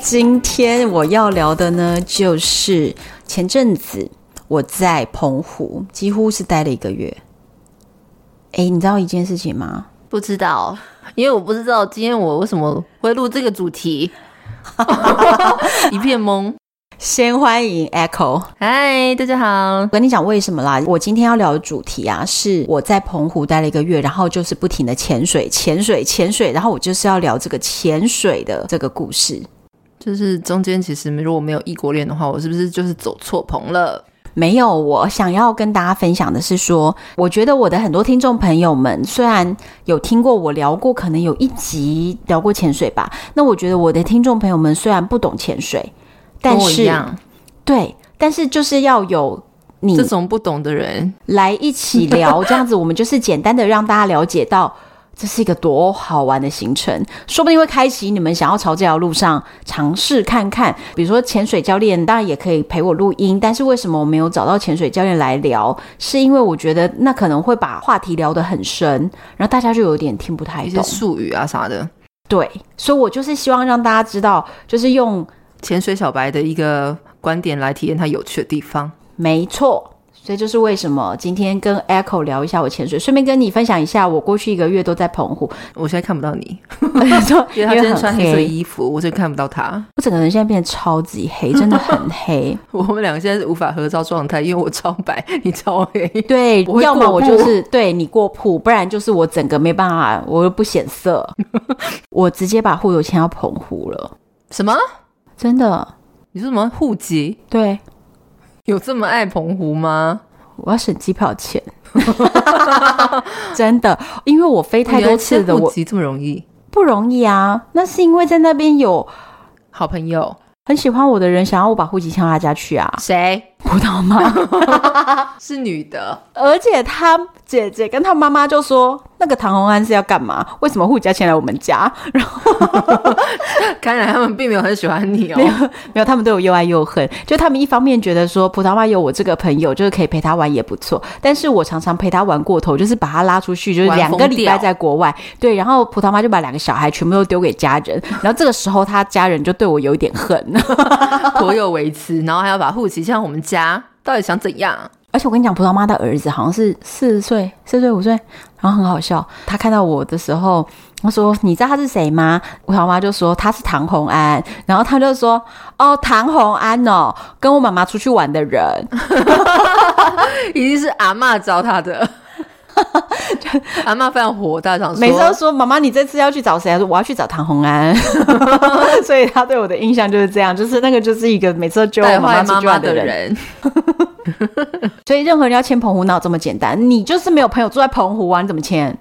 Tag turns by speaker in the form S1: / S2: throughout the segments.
S1: 今天我要聊的呢，就是前阵子我在澎湖几乎是待了一个月。哎，你知道一件事情吗？
S2: 不知道，因为我不知道今天我为什么会录这个主 题，一片懵。
S1: 先欢迎 Echo。
S2: 嗨，大家好
S1: 我，跟你讲为什么啦？我今天要聊的主题啊，是我在澎湖待了一个月，然后就是不停的潜水、潜水、潜水，然后我就是要聊这个潜水的这个故事。
S2: 就是中间其实如果没有异国恋的话，我是不是就是走错棚了？
S1: 没有，我想要跟大家分享的是说，我觉得我的很多听众朋友们虽然有听过我聊过，可能有一集聊过潜水吧，那我觉得我的听众朋友们虽然不懂潜水，但
S2: 跟我一
S1: 是
S2: 样，
S1: 对，但是就是要有你
S2: 这种不懂的人，
S1: 来一起聊，这样子我们就是简单的让大家了解到这是一个多好玩的行程，说不定会开启你们想要朝这条路上尝试看看。比如说潜水教练，当然也可以陪我录音，但是为什么我没有找到潜水教练来聊？是因为我觉得那可能会把话题聊得很深，然后大家就有点听不太
S2: 一些
S1: 懂。
S2: 术语啊啥的，
S1: 对，所以我就是希望让大家知道，就是用
S2: 潜水小白的一个观点来体验它有趣的地方。
S1: 没错，所以这是为什么今天跟 Echo 聊一下我潜水，顺便跟你分享一下我过去一个月都在澎湖，
S2: 我现在看不到你，
S1: 就
S2: 因为他今天
S1: 很
S2: 穿黑色
S1: 黑
S2: 衣服，我就看不到他。
S1: 我整个人现在变得超级黑，真的很 黑。
S2: 我们两个现在是无法合照状态，因为我超白，你超黑。
S1: 对
S2: 我，会
S1: 要么
S2: 过
S1: 我
S2: 曝
S1: 就是对你过曝，不然就是我整个没办法，我又不显 色，我直接把户头迁到澎湖了，
S2: 什么？
S1: 真的。
S2: 你说什么户籍？
S1: 对，
S2: 有这么爱澎湖吗？
S1: 我要省机票 钱，真的，因为我飞太多次的，
S2: 户
S1: 我
S2: 籍这么容易？
S1: 不容易啊。那是因为在那边有
S2: 好朋友
S1: 很喜欢我的人，想要我把户籍迁到他家去啊，
S2: 谁
S1: 葡萄妈。
S2: 是女的？
S1: 而且他姐姐跟他妈妈就说，那个唐红安是要干嘛？为什么护家前来我们家？ 然后
S2: 看来他们并没有很喜欢你哦。
S1: 没有，他们对我又爱又恨。就他们一方面觉得说，葡萄妈有我这个朋友，就是可以陪他玩也不错。但是我常常陪他玩过头，就是把他拉出去，就是
S2: 玩
S1: 两个
S2: 疯
S1: 礼
S2: 掉
S1: 拜在国外。对，然后葡萄妈就把两个小孩全部都丢给家人，然后这个时候他家人就对我有一点恨。
S2: 颇有微词，然后还要把户籍像我们家，到底想怎样？
S1: 而且我跟你讲，葡萄妈的儿子好像是四十岁、四岁五岁，然后很好笑。他看到我的时候，他说：“你知道他是谁吗？”葡萄妈就说：“他是唐红安。”然后他就说：“哦，唐红安哦，跟我妈妈出去玩的人。
S2: 一定是阿嬷教他 的。阿嬷非常火大，想”说
S1: 每次都说：“妈妈，你这次要去找谁？”他说：“我要去找唐红 安。” 所以他对我的印象就是这样，就是那个就是一个每次都揪我
S2: 带
S1: 妈
S2: 坏
S1: 出
S2: 妈
S1: 去
S2: 妈
S1: 玩的
S2: 的
S1: 人。
S2: 人，
S1: 所以任何人要签澎湖，哪有这么简单？你就是没有朋友住在澎湖啊，你怎么签？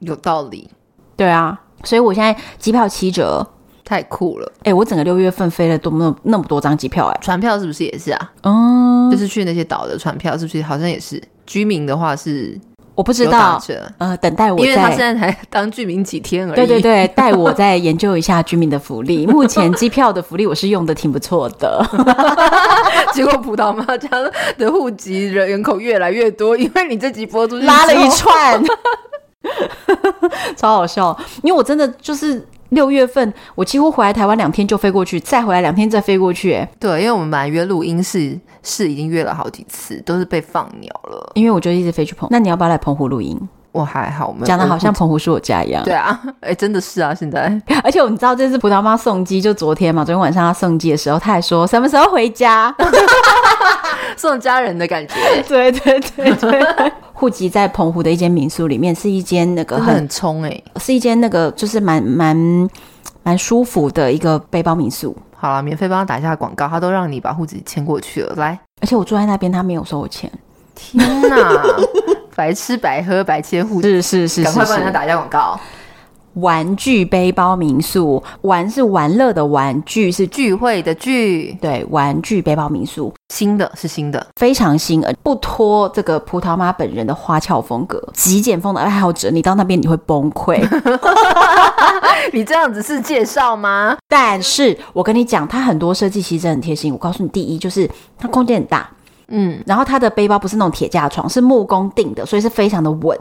S2: 有道理，
S1: 对啊，所以我现在机票七折。
S2: 太酷了。
S1: 哎、我整个六月份飞了多么那么多张机票哎、
S2: 船票是不是也是啊？
S1: 嗯，
S2: 就是去那些岛的船票，是不是好像也是？居民的话是
S1: 我不知
S2: 有打
S1: 道，
S2: 折，
S1: 呃，等待我
S2: 因为他现
S1: 再
S2: 在才当居民几天而已。
S1: 对对对， 待我再研究一下居民的福利。目前机票的福利我是用的挺不错 的，
S2: 嗯结果葡萄妈家的户籍人人口越来越多，因为你这集播出去
S1: 拉了一
S2: 之后，
S1: 串，超好笑。因为我真的就是六月份，我几乎回来台湾两天就飞过去，再回来两天再飞过去、哎
S2: 对，因为我们本来约录音室是已经约了好几次，都是被放鸟了。
S1: 因为我就一直飞去澎湖。那你要不要来澎湖露营？
S2: 我还好，没有
S1: 讲的好像澎湖是我家一样。
S2: 对啊， 哎、真的是啊，现在
S1: 而且你知道这次葡萄妈送机，就昨天嘛，昨天晚上她送机的时候，她还说什么时候回家。
S2: 送家人的感觉，
S1: 对对对对， 户籍在澎湖的一间民宿里面，是一间那个
S2: 真的
S1: 很
S2: 很冲哎、
S1: 是一间那个就是蛮蛮蛮舒服的一个背包民宿，
S2: 好了，免费帮他打一下广告，他都让你把户籍迁过去了，来，
S1: 而且我住在那边，他没有收我钱。
S2: 天 哪，白吃白喝白迁户籍，
S1: 是是是
S2: 赶快
S1: 是
S2: 帮人家
S1: 是，
S2: 打一下广告。
S1: 玩具背包民宿，玩是玩乐的玩，具是
S2: 聚会的聚，
S1: 对玩具背包民宿
S2: 新的是新的，
S1: 非常新，而呃不脱这个葡萄妈本人的花俏风格，极简风的爱好者，你到那边你会崩 溃。
S2: 你这样子是介绍吗？
S1: 但是我跟你讲，它很多设计其实很贴心。我告诉你，第一就是它空间很大，
S2: 嗯，
S1: 然后它的背包不是那种铁架床，是木工定的，所以是非常的稳。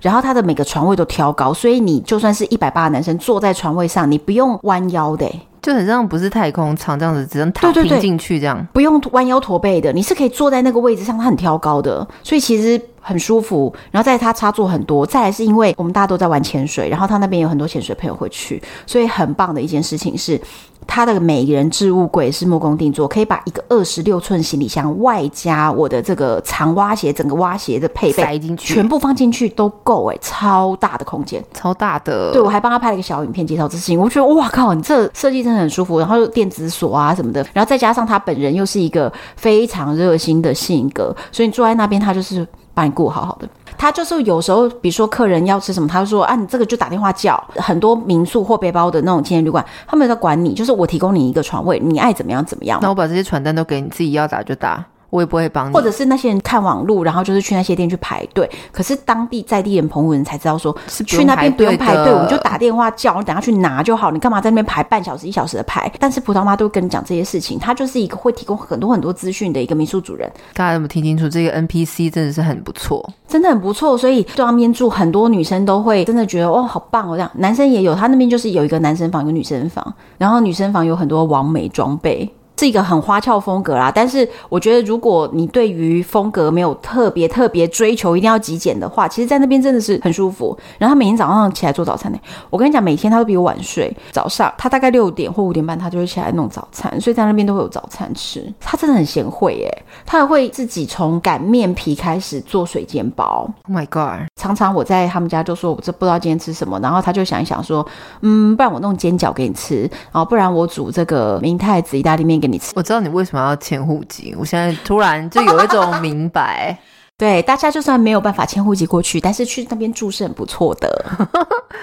S1: 然后它的每个床位都挑高，所以你就算是一百八的男生坐在床位上，你不用弯腰的、欸
S2: 就很像不是太空舱这样子，只能躺
S1: 对对对
S2: 平进去这样。
S1: 不用弯腰驼背的，你是可以坐在那个位置上，它很挑高的，所以其实很舒服。然后再来它插座很多，再来是因为我们大家都在玩潜水，然后他那边有很多潜水朋友会去，所以很棒的一件事情是，它的每人置物柜是木工定做，可以把一个二十六寸行李箱外加我的这个长蛙鞋，整个蛙鞋的配备
S2: 塞进去，
S1: 全部放进去都够哎、超大的空间。
S2: 超大的，
S1: 对，我还帮他拍了一个小影片介绍这事情，我觉得哇靠，你这设计真的很舒服，然后又电子锁啊什么的，然后再加上他本人又是一个非常热心的性格，所以你坐在那边他就是把你顾好好的。他就是有时候，比如说客人要吃什么，他就说啊，你这个就打电话叫。很多民宿或背包的那种青年旅馆，他们有在管你，就是我提供你一个床位，你爱怎么样怎么样。
S2: 那我把这些传单都给你，自己要打就打，我也不会帮你。
S1: 或者是那些人看网路，然后就是去那些店去排队。可是当地在地人、澎湖人才知道说，
S2: 是
S1: 去那边不用排队，
S2: 的
S1: 我们就打电话叫，等下去拿就好。你干嘛在那边排半小时、一小时的排？但是葡萄妈都会跟你讲这些事情，她就是一个会提供很多很多资讯的一个民宿主人，
S2: 大家有没有听清楚？这个 NPC 真的是很不错，
S1: 真的很不错。所以在那边住，很多女生都会真的觉得哦，好棒哦这样。男生也有，他那边就是有一个男生房，有一个女生房，然后女生房有很多完美装备。是一个很花俏风格啦，但是我觉得如果你对于风格没有特别特别追求，一定要极简的话，其实，在那边真的是很舒服。然后他每天早上起来做早餐呢、我跟你讲，每天他都比我晚睡。早上他大概六点或五点半，他就会起来弄早餐，所以在那边都会有早餐吃。他真的很贤惠耶、他还会自己从擀面皮开始做水煎包。
S2: Oh my god！
S1: 常常我在他们家就说，我这不知道今天吃什么，然后他就想一想说，嗯，不然我弄煎饺给你吃，然后不然我煮这个明太子意大利面给你吃。
S2: 我知道你为什么要迁户籍，我现在突然就有一种明白。
S1: 对，大家就算没有办法迁户籍过去，但是去那边住是很不错 的。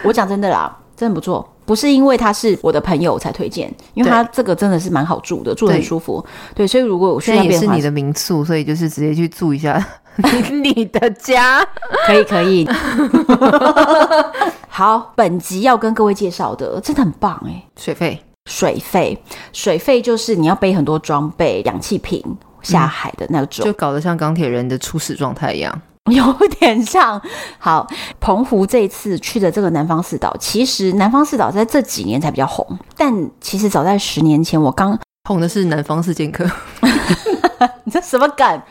S1: 我讲真的啦，真的很不错，不是因为他是我的朋友才推荐，因为他这个真的是蛮好住的，住得很
S2: 对
S1: 舒服。对，所以如果我 去
S2: 现在
S1: 那
S2: 也
S1: 边
S2: 是
S1: 的话
S2: 你，的民宿，所以就是直接去住一下 你的家。
S1: 可以可以。 好，本集要跟各位介绍的真的很棒哎、
S2: 水费
S1: 水费，水费就是你要背很多装备、氧气瓶下海的那种，
S2: 就搞得像钢铁人的初始状态一样，
S1: 有点像。好，澎湖这次去的这个南方四岛，其实南方四岛在这几年才比较红，但其实早在十年前，我刚
S2: 红的是南方四剑客，
S1: 你这什么梗？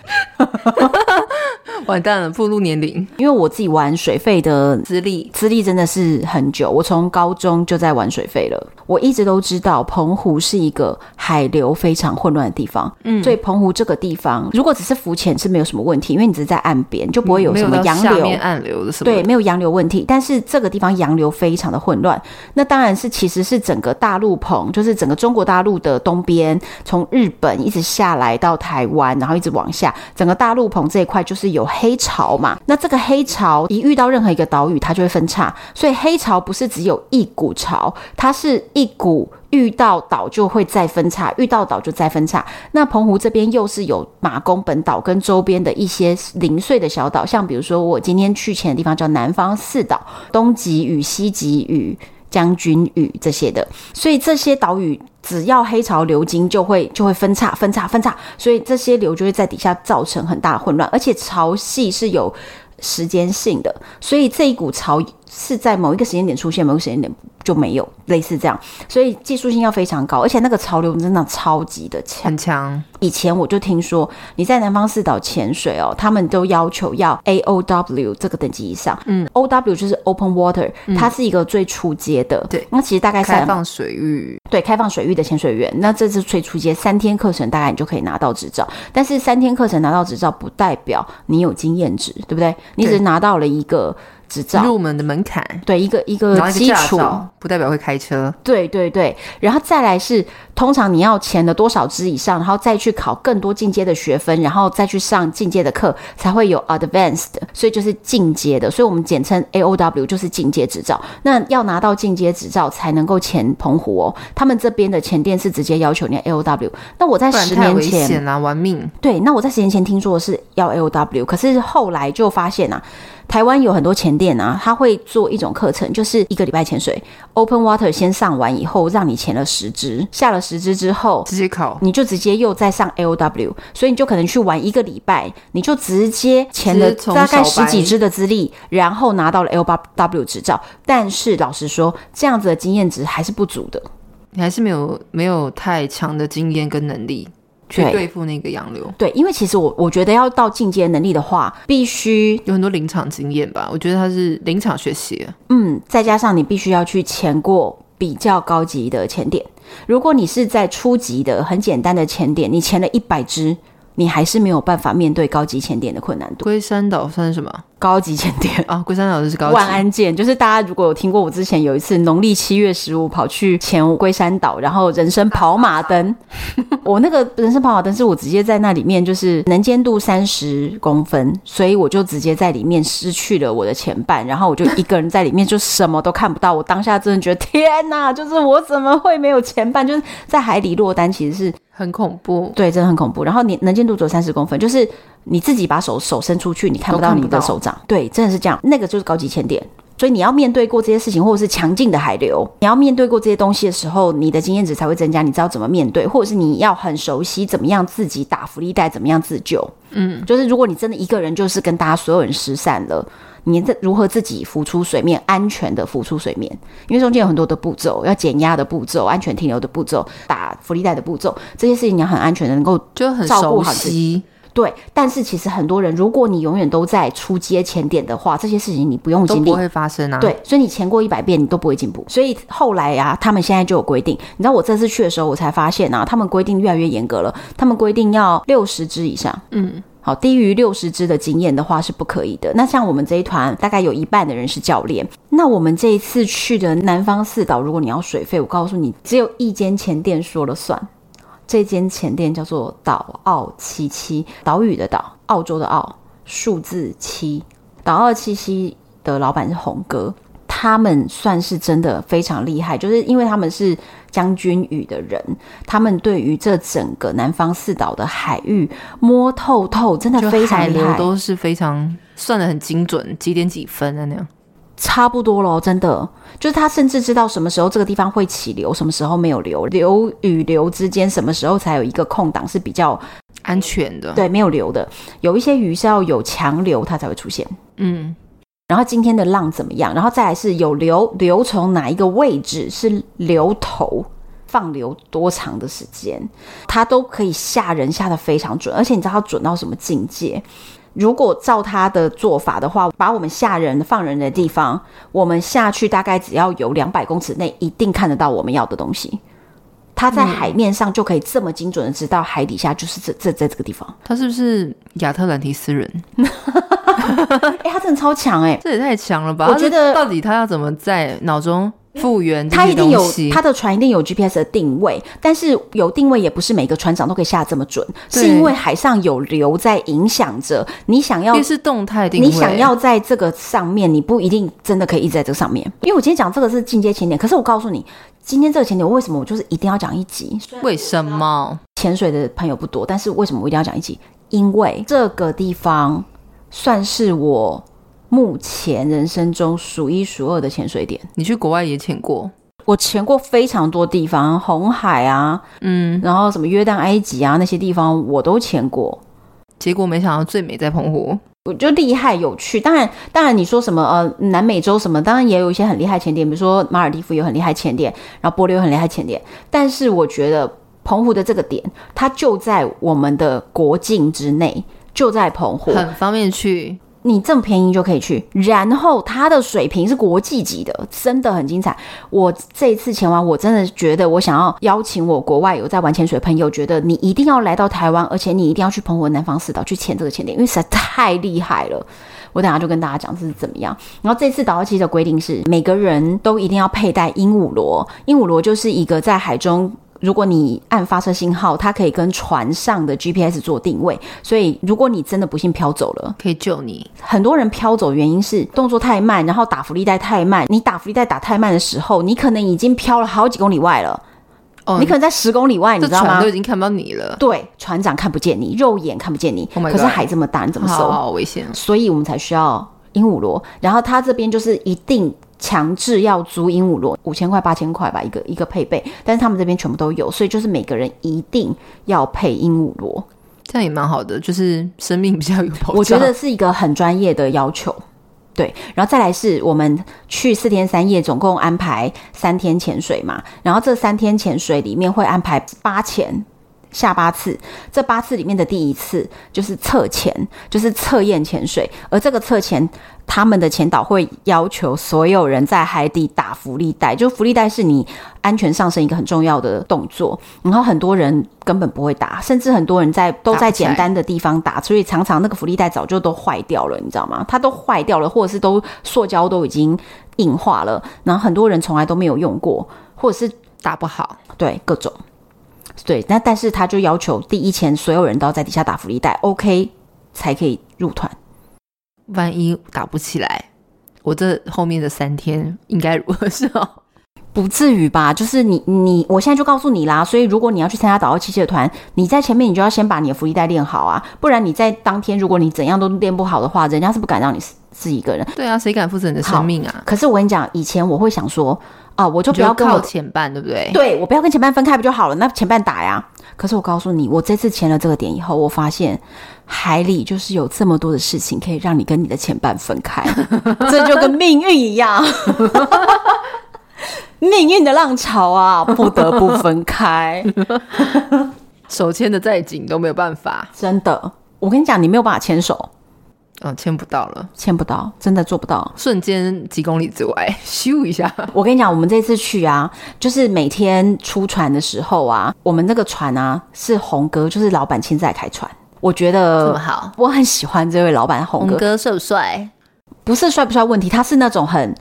S2: 完蛋了，步入年龄，
S1: 因为我自己玩水费的
S2: 资历
S1: 资历真的是很久，我从高中就在玩水费了。我一直都知道澎湖是一个海流非常混乱的地方，嗯，所以澎湖这个地方如果只是浮潜是没有什么问题，因为你只是在岸边，就不会有
S2: 嗯没
S1: 什么
S2: 到
S1: 洋
S2: 下
S1: 流。
S2: 面暗流的什么
S1: 对，
S2: 的，
S1: 没有洋流问题，但是这个地方洋流非常的混乱。那当然是其实是整个大陆棚，就是整个中国大陆的东边，从日本一直下来到台湾，然后一直往下，整个大陆棚这一块就是有黑潮嘛。那这个黑潮一遇到任何一个岛屿，它就会分叉，所以黑潮不是只有一股潮，它是一股。遇到岛就会再分叉，遇到岛就再分叉。那澎湖这边又是有马公本岛跟周边的一些零碎的小岛，像比如说我今天去前的地方叫南方四岛，东极屿、西极屿、将军屿这些的，所以这些岛屿只要黑潮流经，就会就会分叉、分叉、分叉，所以这些流就会在底下造成很大的混乱，而且潮汐是有时间性的，所以这一股潮是在某一个时间点出现，某一个时间点就没有，类似这样，所以技术性要非常高，而且那个潮流真的超级的强。
S2: 很强，
S1: 以前我就听说你在南方四岛潜水哦，他们都要求要 A O W 这个等级以上，嗯，O W 就是 Open Water，、它是一个最初阶的，
S2: 嗯对
S1: 那其实大概是
S2: 开放水域，
S1: 对开放水域的潜水员，那这次最初阶三天课程，大概你就可以拿到执照。但是三天课程拿到执照，不代表你有经验值，对不对？你只是拿到了一个执照，
S2: 入门的门槛，
S1: 对一个一
S2: 然
S1: 个
S2: 后一个
S1: 呃基
S2: 驾
S1: 础，
S2: 照不代表会开车。
S1: 对对对，然后再来是，通常你要前了多少支以上，然后再去考更多进阶的学分，然后再去上进阶的课，才会有 advanced，所以就是进阶的，所以我们简称 A O W，就是进阶执照。那要拿到进阶执照才能够前澎湖哦，他们这边的前店是直接要求你 A O W。那我在
S2: 不然
S1: 十
S2: 太
S1: 年
S2: 危
S1: 前，
S2: 险啦、玩命！
S1: 对，那我在十年前听说的是要 L W，可是后来就发现啊，台湾有很多前店啊，他会做一种课程，就是一个礼拜潜水，Open Water 先上完以后，让你潜了十支，下了十支之后。
S2: 直接考，
S1: 你就直接又再上 L W，所以你就可能去玩一个礼拜，你就直接潜了
S2: 直接从
S1: 大概
S2: 小
S1: 十
S2: 白
S1: 几支的资历，然后拿到了 L W 执照。但是老实说，这样子的经验值还是不足的。
S2: 你还是没有没有太强的经验跟能力去
S1: 对
S2: 对付那个洋流。
S1: 对，因为其实我我觉得要到进阶能力的话，必须
S2: 有很多临场经验吧，我觉得他是临场学习的，
S1: 嗯，再加上你必须要去潜过比较高级的潜点。如果你是在初级的很简单的潜点，你潜了一百只，你还是没有办法面对高级潜点的困难度。
S2: 龟山岛算是什么
S1: 高级潜点。
S2: 啊？龟山岛就是高级
S1: 万安舰就是大家如果有听过，我之前有一次农历七月十五跑去前龟山岛，然后人生跑马灯， 我那个人生跑马灯是我直接在那里面就是能见度三十公分，所以我就直接在里面失去了我的前半，然后我就一个人在里面就什么都看不到，我当下真的觉得天哪，就是我怎么会没有前半？就是在海里落单其实是
S2: 很恐怖，
S1: 对，真的很恐怖。然后你能见度只有三十公分，就是你自己把手手伸出去，你看不到
S2: 都看
S1: 你
S2: 不
S1: 的
S2: 到
S1: 手掌。对，真的是这样，那个就是高级潜点。所以你要面对过这些事情，或者是强劲的海流，你要面对过这些东西的时候，你的经验值才会增加，你知道怎么面对，或者是你要很熟悉怎么样自己打浮力带，怎么样自救。嗯，就是如果你真的一个人，就是跟大家所有人失散了。你这如何自己浮出水面，安全的浮出水面？因为中间有很多的步骤，要减压的步骤、安全停留的步骤、打浮力带的步骤，这些事情你要很安全的能够
S2: 就很
S1: 照顾
S2: 熟
S1: 好自
S2: 悉。
S1: 对。但是其实很多人，如果你永远都在出街前点的话，这些事情你不用
S2: 都
S1: 经历
S2: 不。会发生啊！，
S1: 对，所以你前过一百遍，你都不会进步。所以后来啊，他们现在就有规定。你知道我这次去的时候，我才发现啊，他们规定越来越严格了。他们规定要六十支以上，
S2: 嗯，
S1: 好，低于六十支的经验的话是不可以的。那像我们这一团，大概有一半的人是教练。那我们这一次去的南方四岛，如果你要水费，我告诉你，只有一间前店说了算。这间前店叫做岛澳七七，岛屿的岛，澳洲的澳，数字七。岛澳七七的老板是红哥，他们算是真的非常厉害，就是因为他们是将军屿的人，他们对于这整个南方四岛的海域摸透透，真的
S2: 就
S1: 非常
S2: 海
S1: 厉
S2: 流
S1: 害，
S2: 都是非常算的很精准，几点几分啊的那样。
S1: 差不多咯，真的，就是他甚至知道什么时候这个地方会起流，什么时候没有流，流与流之间什么时候才有一个空档是比较
S2: 安全的，
S1: 对没有流的，有一些鱼是要有强流它才会出现。
S2: 嗯，
S1: 然后今天的浪怎么样？然后再来是有流流从哪一个位置是流头。放流多长的时间，它都可以吓人吓得非常准，而且你知道它准到什么境界？如果照它的做法的话，把我们吓人放人的地方，我们下去大概只要有两百公尺内，一定看得到我们要的东西。它在海面上就可以这么精准的知道海底下就是这这在这个地方，
S2: 他是不是亚特兰蒂斯人？
S1: 哎、它真的超强哎、
S2: 这也太强了吧！
S1: 我觉得
S2: 他这到底他要怎么在脑中复原这
S1: 它
S2: 些
S1: 一定
S2: 东
S1: 有
S2: 西？
S1: 它的船一定有 GPS 的定位，但是有定位也不是每个船长都可以下这么准，
S2: 对
S1: 是因为海上有流在影响着你想要
S2: 因为。是动态定位，
S1: 你想要在这个上面，你不一定真的可以一直在这上面，因为我今天讲这个是进阶前点，可是我告诉你，今天这个前点为什么我就是一定要讲一集？
S2: 为什么？嗯
S1: 潜水的朋友不多，但是为什么我一定要讲一集？因为这个地方算是我目前人生中数一数二的潜水点。
S2: 你去国外也潜过，
S1: 我潜过非常多地方，红海啊，
S2: 嗯，
S1: 然后什么约旦、埃及啊那些地方我都潜过，
S2: 结果没想到最美在澎湖，
S1: 我就厉害有趣。当然，当然你说什么呃南美洲什么，当然也有一些很厉害潜点，比如说马尔地夫有很厉害潜点，然后波流有很厉害潜点。但是我觉得澎湖的这个点，它就在我们的国境之内，就在澎湖，
S2: 很方便去
S1: 你这么便宜就可以去，然后它的水平是国际级的，真的很精彩。我这一次前往，我真的觉得我想要邀请我国外有在玩潜水的朋友，觉得你一定要来到台湾，而且你一定要去澎湖的南方四岛去潜这个潜点，因为实在太厉害了。我等下就跟大家讲这是怎么样。然后这次导游其的规定是，每个人都一定要佩戴鹦鹉螺，鹦鹉螺就是一个在海中。如果你按发射信号，它可以跟船上的 GPS 做定位，所以如果你真的不幸飘走了，
S2: 可以救你。
S1: 很多人飘走原因是动作太慢，然后打浮力带太慢。你打浮力带打太慢的时候，你可能已经飘了好几公里外了，
S2: 哦，
S1: 你可能在十公里外，你
S2: 这
S1: 知道
S2: 船
S1: 吗
S2: 都？已经看不到你了，
S1: 对，船长看不见你，肉眼看不见你
S2: Oh my
S1: 可是
S2: God
S1: 海这么大，你怎么搜？
S2: 好好危险哦。
S1: 所以我们才需要鹦鹉螺。然后他这边就是一定强制要租鹦鹉螺，五千块、八千块吧，一个一个配备。但是他们这边全部都有，所以就是每个人一定要配鹦鹉螺。
S2: 这样也蛮好的，就是生命比较有保障。
S1: 我觉得是一个很专业的要求。对，然后再来是我们去四天三夜，总共安排三天潜水嘛。然后这三天潜水里面会安排八潜，下八次。这八次里面的第一次就是测潜，就是测验潜水。而这个测潜，他们的潜导会要求所有人在海底打浮力带，就浮力带是你安全上升一个很重要的动作。然后很多人根本不会打，甚至很多人在都
S2: 打
S1: 在
S2: 不起
S1: 简
S2: 来
S1: 单的地方打，所以常常那个浮力带早就都坏掉了，你知道吗？它都坏掉了，或者是都塑胶都已经硬化了，然后很多人从来都没有用过，或者是
S2: 打不好，
S1: 对各种，对，那但是他就要求第一前所有人都要在底下打浮力带，OK 才可以入团。
S2: 万一打不起来，我这后面的三天应该如何是好？
S1: 不至于吧？就是你你，我现在就告诉你啦。所以如果你要去参加导游器械团，你在前面你就要先把你的福利带练好啊，不然你在当天如果你怎样都练不好的话，人家是不敢让你是是一个人。
S2: 对啊，谁敢负责你的生命啊？
S1: 可是我跟你讲，以前我会想说啊，我就
S2: 你
S1: 不要跟
S2: 靠
S1: 我
S2: 前半，对不对？
S1: 对我不要跟前半分开不就好了？那前半打呀。可是我告诉你，我这次签了这个点以后，我发现海里就是有这么多的事情可以让你跟你的前半分开，这就跟命运一样，命运的浪潮啊，不得不分开。
S2: 手牵的再紧都没有办法，
S1: 真的，我跟你讲，你没有办法牵手，
S2: 嗯，牵不到了，
S1: 牵不到，真的做不到。
S2: 瞬间几公里之外， 咻一下，
S1: 我跟你讲，我们这次去啊，就是每天出船的时候啊，我们那个船啊是红哥，就是老板亲自来开船。我觉
S2: 呃这
S1: 得
S2: 么好。
S1: 我很喜欢这位老板红哥，
S2: 哥帅不帅？
S1: 不是帅不帅问题，他是那种很，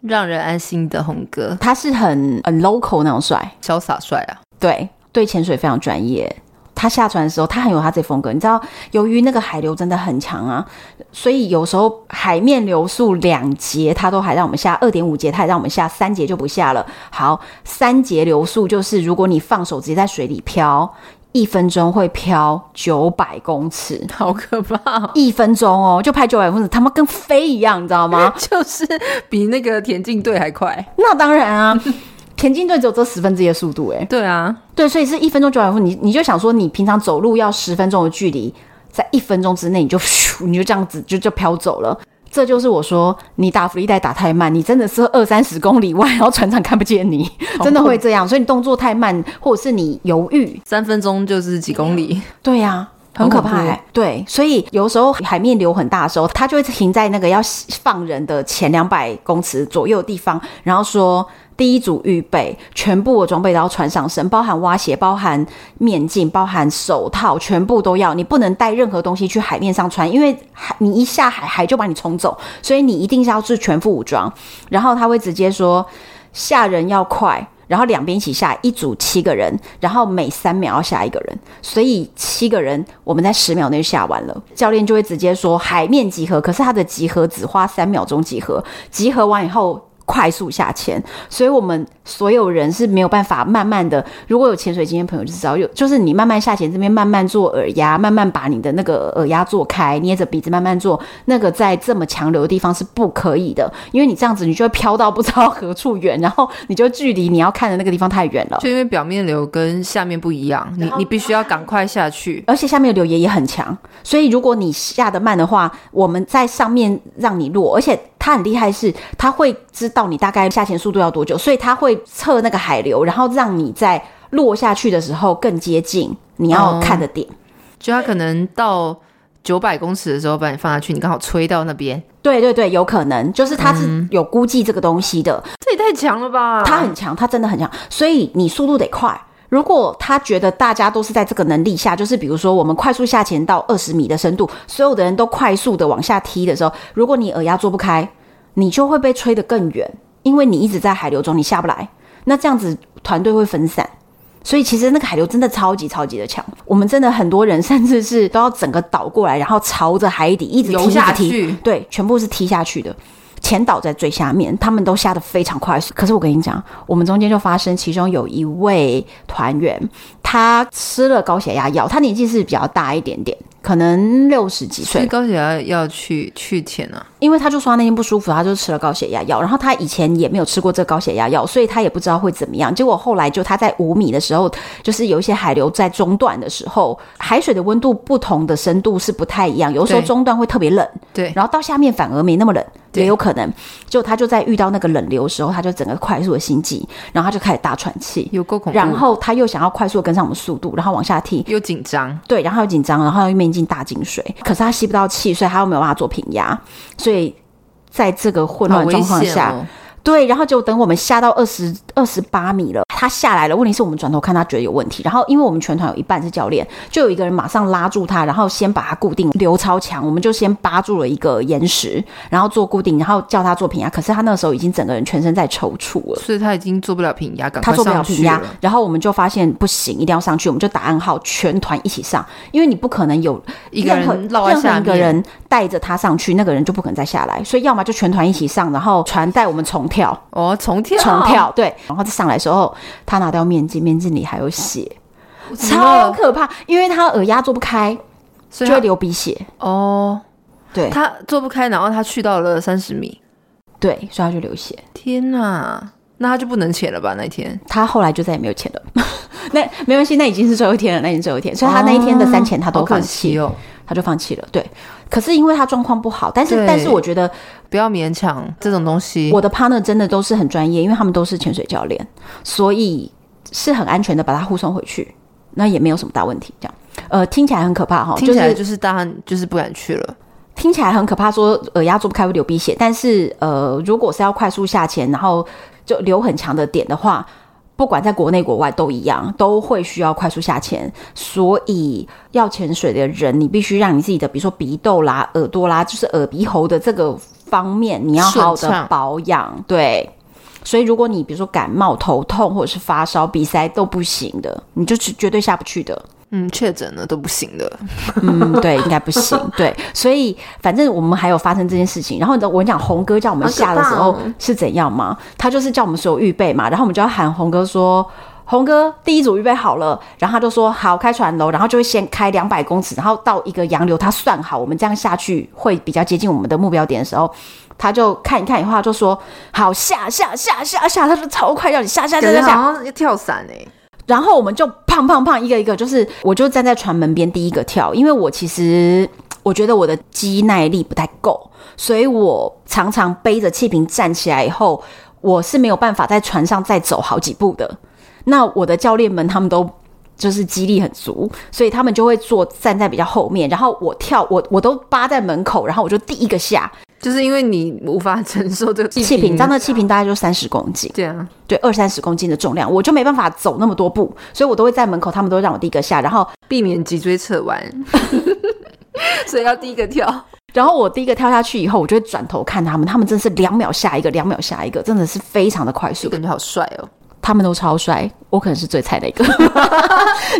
S2: 让人安心的红哥，
S1: 他是很很 local 那种帅，
S2: 潇洒帅啊！
S1: 对对，潜水非常专业。他下船的时候，他很有他自己风格。你知道，由于那个海流真的很强啊，所以有时候海面流速两节他都还让我们下，二点五节他也让我们下，三节就不下了。好，三节流速就是如果你放手直接在水里漂，一分钟会漂九百公尺，
S2: 好可怕、哦，
S1: 一分钟哦，就拍九百公尺，他妈跟飞一样，你知道吗？
S2: 就是比那个田径队还快。
S1: 那当然啊， 田径队只有这十分之一的速度、欸，
S2: 对啊，
S1: 对，所以是一分钟九百步，你你就想说，你平常走路要十分钟的距离，在一分钟之内你就 咻，你就这样子就就飘走了。这就是我说，你打浮力带打太慢，你真的是二三十公里外，然后船长看不见你，真的会这样。所以你动作太慢，或者是你犹豫，
S2: 三分钟就是几公里，
S1: 对呀、很
S2: 很
S1: 可
S2: 恐
S1: 怕、
S2: 怖
S1: 欸。对，所以有时候海面流很大的时候，他就会停在那个要放人的前两百公尺左右的地方，然后说第一组预备，全部的装备都要穿上身，包含蛙鞋、包含面镜、包含手套，全部都要。你不能带任何东西去海面上穿，因为海你一下海，海就把你冲走，所以你一定是要是全副武装。然后他会直接说下人要快。然后两边一起下，一组七个人，然后每三秒要下一个人，所以七个人我们在十秒内下完了，教练就会直接说海面集合，可是他的集合只花三秒钟集合，集合完以后快速下潜，所以我们所有人是没有办法慢慢的，如果有潜水经验的朋友就知道，有就是你慢慢下潜这边慢慢做耳压，慢慢把你的那个耳压做开，捏着鼻子慢慢做，那个在这么强流的地方是不可以的，因为你这样子你就会飘到不知道何处远，然后你就距离你要看的那个地方太远了。
S2: 就因为表面流跟下面不一样，你你必须要赶快下去。
S1: 而且下面的柳爷也很强，所以如果你下的慢的话，我们在上面让你落，而且他很厉害是，他会知道你大概下潜速度要多久，所以他会测那个海流，然后让你在落下去的时候更接近你要看的点。
S2: 就他可能到九百公尺的时候把你放下去，你刚好吹到那边，
S1: 对对对，有可能就是他是有估计这个东西的，
S2: 这也太强了吧！
S1: 他很强，他真的很强，所以你速度得快。如果他觉得大家都是在这个能力下，就是比如说我们快速下潜到二十米的深度，所有的人都快速的往下踢的时候，如果你耳压做不开，你就会被吹得更远，因为你一直在海流中，你下不来。那这样子团队会分散。所以其实那个海流真的超级超级的强，我们真的很多人 甚至是都要整个倒过来，然后朝着海底一直
S2: 游
S1: 踢
S2: 下
S1: 一直踢
S2: 去
S1: 对，全部是踢下去的。潜导在最下面，他们都下得非常快。可是我跟你讲，我们中间就发生，其中有一位团员，他吃了高血压药，他年纪是比较大一点点，可能六十几
S2: 所以
S1: 岁，
S2: 高血压要去去潜啊，
S1: 因为他就说他那天不舒服，他就吃了高血压药，然后他以前也没有吃过这个高血压药，所以他也不知道会怎么样。结果后来就他在五米的时候，就是有一些海流在中段的时候，海水的温度不同的深度是不太一样，有的时候
S2: 对
S1: 中段会特别冷，
S2: 对，
S1: 然后到下面反而没那么冷，
S2: 对
S1: 也有可能。结果他就在遇到那个冷流的时候，他就整个快速的心悸，然后他就开始大喘气，
S2: 有够恐怖，
S1: 然后他又想要快速的跟上我们速度，然后往下踢，
S2: 又紧张，
S1: 对，然后又紧张，然后又面进大进水，可是他吸不到气，所以他又没有办法做平压，所以在这个混
S2: 好
S1: 乱
S2: 危
S1: 状况
S2: 险
S1: 下，
S2: 哦！
S1: 对，然后就等我们下到二十二十八米了，他下来了，问题是我们转头看他觉得有问题，然后因为我们全团有一半是教练，就有一个人马上拉住他，然后先把他固定，刘超强，我们就先扒住了一个岩石，然后做固定，然后叫他做平压，可是他那时候已经整个人全身在抽搐了。
S2: 所以他已经做不了平压，赶
S1: 他
S2: 快
S1: 做不了
S2: 上
S1: 平
S2: 去
S1: 压
S2: 了。，
S1: 然后我们就发现不行，一定要上去，我们就打暗号，全团一起上，因为你不可能有
S2: 一个
S1: 任何
S2: 人落在
S1: 任何
S2: 下
S1: 一个
S2: 面，
S1: 人带着他上去，那个人就不可能再下来，所以要么就全团一起上，然后船带我们重跳，
S2: 哦，重跳，
S1: 重，跳，对，然后再上来的时候，他拿掉面镜，面镜里还有血，超
S2: 超，
S1: 可怕，因为他耳压做不开，
S2: 所
S1: 就
S2: 以
S1: 会
S2: 他
S1: 流鼻血，
S2: 哦，
S1: 对
S2: 他做不开，然后他去到了三十米，
S1: 对，所以他就流血，
S2: 天哪！那他就不能潜了吧？那天
S1: 他后来就再也没有钱了， 那没关系，那已经是最后一天了，那已经是最后一天，所以他那一天的三千他
S2: 好
S1: 都
S2: 可
S1: 放弃
S2: 惜哦，
S1: 他就放弃了。对，可是因为他状况不好，但是
S2: 对
S1: 但是我觉得
S2: 不要勉强这种东西。
S1: 我的 partner 真的都是很专业，因为他们都是潜水教练，所以是很安全的把他护送回去，那也没有什么大问题。这样，呃，听起来很可怕哈，
S2: 听起来
S1: 就是
S2: 就是大家就是不敢去了，
S1: 听起来很可怕，说耳压做不开会流鼻血，但是呃，如果是要快速下潜，然后就流很强的点的话。不管在国内国外都一样，都会需要快速下潜，所以要潜水的人，你必须让你自己的，比如说鼻窦啦、耳朵啦，就是耳鼻喉的这个方面，你要好好
S2: 顺
S1: 的
S2: 畅
S1: 保养。对，所以如果你比如说感冒、头痛或者是发烧、鼻塞都不行的，你就是绝对下不去的。
S2: 嗯，确诊了都不行的。
S1: 嗯，对，应该不行。对，所以反正我们还有发生这件事情。然后你知道我跟你讲红哥叫我们下的时
S2: 好
S1: 候
S2: 可怕哦
S1: 是怎样吗？他就是叫我们所有预备嘛，然后我们就要喊红哥说。红哥，第一组预备好了，然后他就说好开船喽，然后就会先开两百公尺，然后到一个洋流，他算好我们这样下去会比较接近我们的目标点的时候，他就看一看以后他就说好下下下下下，他说超快要你下下下
S2: 感觉
S1: 下下，
S2: 好像要跳伞哎、
S1: 然后我们就胖胖胖一个一个，就是我就站在船门边第一个跳，因为我其实我觉得我的肌耐力不太够，所以我常常背着气瓶站起来以后，我是没有办法在船上再走好几步的。那我的教练们他们都。就是肌力很足，所以他们就会坐站在比较后面，然后我跳，我我都扒在门口，然后我就第一个下
S2: 就是因为你无法承受这个
S1: 气瓶，
S2: 真
S1: 张
S2: 的
S1: 的气瓶大概就三十公斤，
S2: 对啊，
S1: 对二三十公斤的重量，我就没办法走那么多步，所以我都会在门口，他们都会让我第一个下，然后
S2: 避免脊椎侧弯， 所以要第一个跳。
S1: 然后我第一个跳下去以后，我就会转头看他们，他们真是两秒下一个，两秒下一个，真的是非常的快速
S2: 就，感觉好帅哦！
S1: 他们都超帅，我可能是最菜的一个。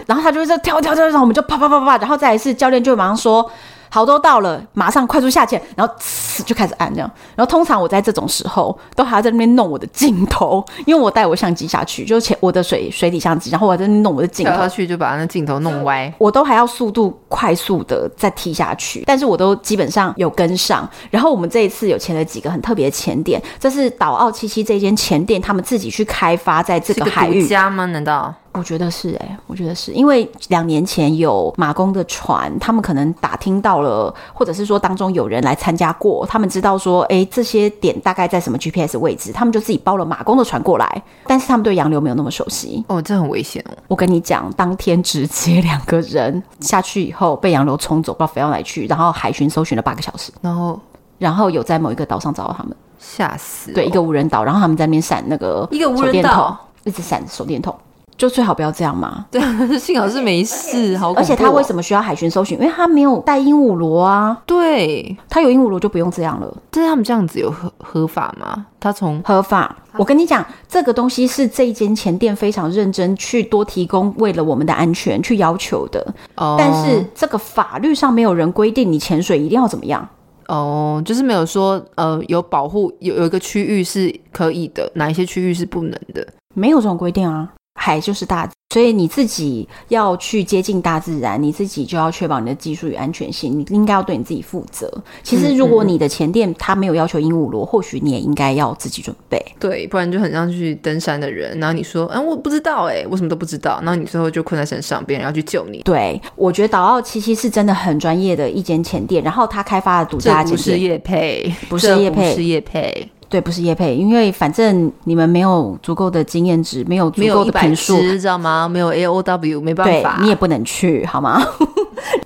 S1: 然后他就会这样跳跳跳，然后我们就啪啪啪啪，然后再来是教练就会马上说。好都到了，马上快速下潜，然后呲就开始按这样。然后通常我在这种时候都还要在那边弄我的镜头，因为我带我相机下去，就是前我的水水底相机，然后我还在那边弄我的镜
S2: 跳
S1: 头
S2: 下，去就把那镜头弄歪，
S1: 我都还要速度快速的再踢下去，但是我都基本上有跟上。然后我们这一次有签了几个很特别的潜点，这是岛奥七七这间潜店他们自己去开发在这
S2: 是
S1: 个
S2: 个
S1: 海
S2: 独
S1: 域。
S2: 家吗？难道
S1: 我觉得是哎、我觉得是因为两年前有马公的船，他们可能打听到了，或者是说当中有人来参加过，他们知道说，哎、这些点大概在什么 GPS 位置，他们就自己包了马公的船过来，但是他们对洋流没有那么熟悉。
S2: 哦，这很危险哦。
S1: 我跟你讲，当天直接两个人下去以后被洋流冲走，不知道飞到哪里去，然后海巡搜寻了八个小时，
S2: 然后
S1: 然后有在某一个岛上找到他们，
S2: 吓死、
S1: 对，一，个无人岛，然后他们在那边闪那个
S2: 一个无
S1: 手
S2: 人
S1: 电筒
S2: 岛，
S1: 一直闪手电筒，就最好不要这样嘛。
S2: 对， 幸好是没 事，好恐怖哦、
S1: 而且他为
S2: 么
S1: 什么需要海巡搜寻？因为他没有带鹦鹉螺啊，
S2: 对？
S1: 他有鹦鹉螺就不用这样了，
S2: 但是他们这样子有合合法吗？他从
S1: 合法。我跟你讲，这个东西是这一间前店非常认真去多提供，为了我们的安全去要求的。
S2: 哦，
S1: 但是这个法律上没有人规定你潜水一定要怎么样。
S2: 哦，就是没有说呃有保护有有一个区域是可以的，哪一些区域是不能的。
S1: 没有这种规定啊，海就是大，所以你自己要去接近大自然，你自己就要确保你的技术与安全性，你应该要对你自己负责。其
S2: 嗯
S1: 实，如果你的前店他没有要求鹦鹉螺，或许你也应该要自己准备。
S2: 对，不然就很像去登山的人，然后你说，嗯，我不知道、哎，我什么都不知道，然后你最后就困在山上，别人要去救你，
S1: 对，我觉得岛奥七七是真的很专业的一间前店，然后他开发了独
S2: 这
S1: 家
S2: 不
S1: 前
S2: 是
S1: 店，
S2: 叶配，
S1: 不是
S2: 这
S1: 业配
S2: 不是叶配，
S1: 对，不是业配，因为反正你们没有足够的经验值，没有足
S2: 没有
S1: 够
S2: 一
S1: 的
S2: 百
S1: 评述，
S2: 只，知道吗？没有 A O W，没办
S1: 对
S2: 法，
S1: 你也不能去，好吗？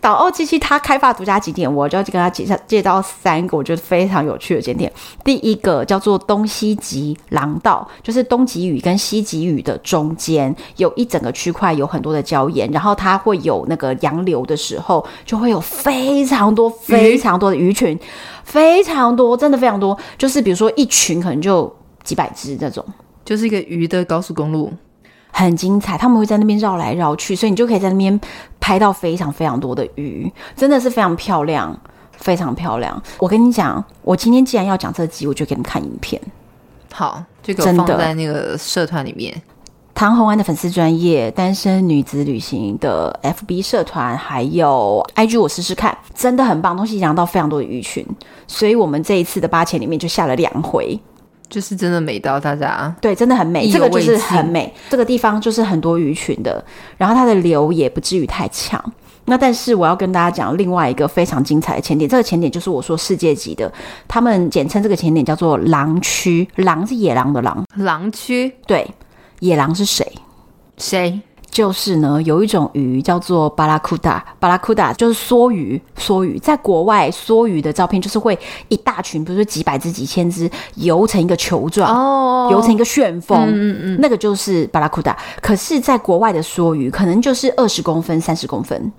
S1: 岛奥七七它开发独家景点，我就要跟他介绍介绍三个我觉得非常有趣的景点。第一个叫做东西极廊道，就是东极屿跟西极屿的中间有一整个区块，有很多的礁岩，然后它会有那个洋流的时候，就会有非常多非常多的鱼群，非常多，真的非常多，就是比如说一群可能就几百只那种。
S2: 就是一个鱼的高速公路，
S1: 很精彩，他们会在那边绕来绕去，所以你就可以在那边拍到非常非常多的鱼，真的是非常漂亮，非常漂亮。我跟你讲，我今天既然要讲这集，我就给你们看影片。
S2: 好，就给我
S1: 真的
S2: 放在那个社团里面，
S1: 唐红安的粉丝专业单身女子旅行的 FB 社团，还有 IG，我试试看，真的很棒，东西养到非常多的鱼群，所以我们这一次的八千里面就下了两回，
S2: 就是真的美到大家，
S1: 对，真的很美，
S2: 意
S1: 这个
S2: 犹
S1: 就
S2: 未
S1: 是
S2: 尽
S1: 很美，这个地方就是很多鱼群的，然后它的流也不至于太强。那但是我要跟大家讲另外一个非常精彩的潜点，这个潜点就是我说世界级的，他们简称这个潜点叫做狼区，狼是野狼的狼，
S2: 狼区
S1: 对，野狼是谁？
S2: 谁？
S1: 就是呢，有一种鱼叫做巴拉库达，巴拉库达就是梭鱼，梭鱼在国外梭鱼的照片就是会一大群，比如说几百只、几千只，游成一个球状，
S2: 哦
S1: 游成一个旋风，
S2: 嗯嗯
S1: 那个就是巴拉库达。可是，在国外的梭鱼可能就是二十公分、三十公分，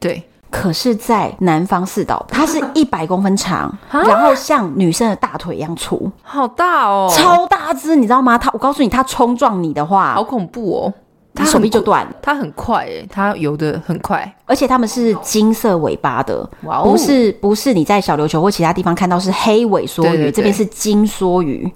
S2: 对，
S1: 可是，在南方四岛，它是一百公分 长，
S2: 啊
S1: 然后像女生的大腿一样粗，
S2: 好大哦，
S1: 超大只，你知道吗？它，我告诉你，它冲撞你的话
S2: 好，恐怖哦，
S1: 你手臂就断了。
S2: 它很快哎、它游的很快，
S1: 而且它们是金色尾巴的，
S2: 哇哦，
S1: 不是不是你在小琉球或其他地方看到是黑尾梭鱼，
S2: 对对对
S1: 这边是金梭鱼。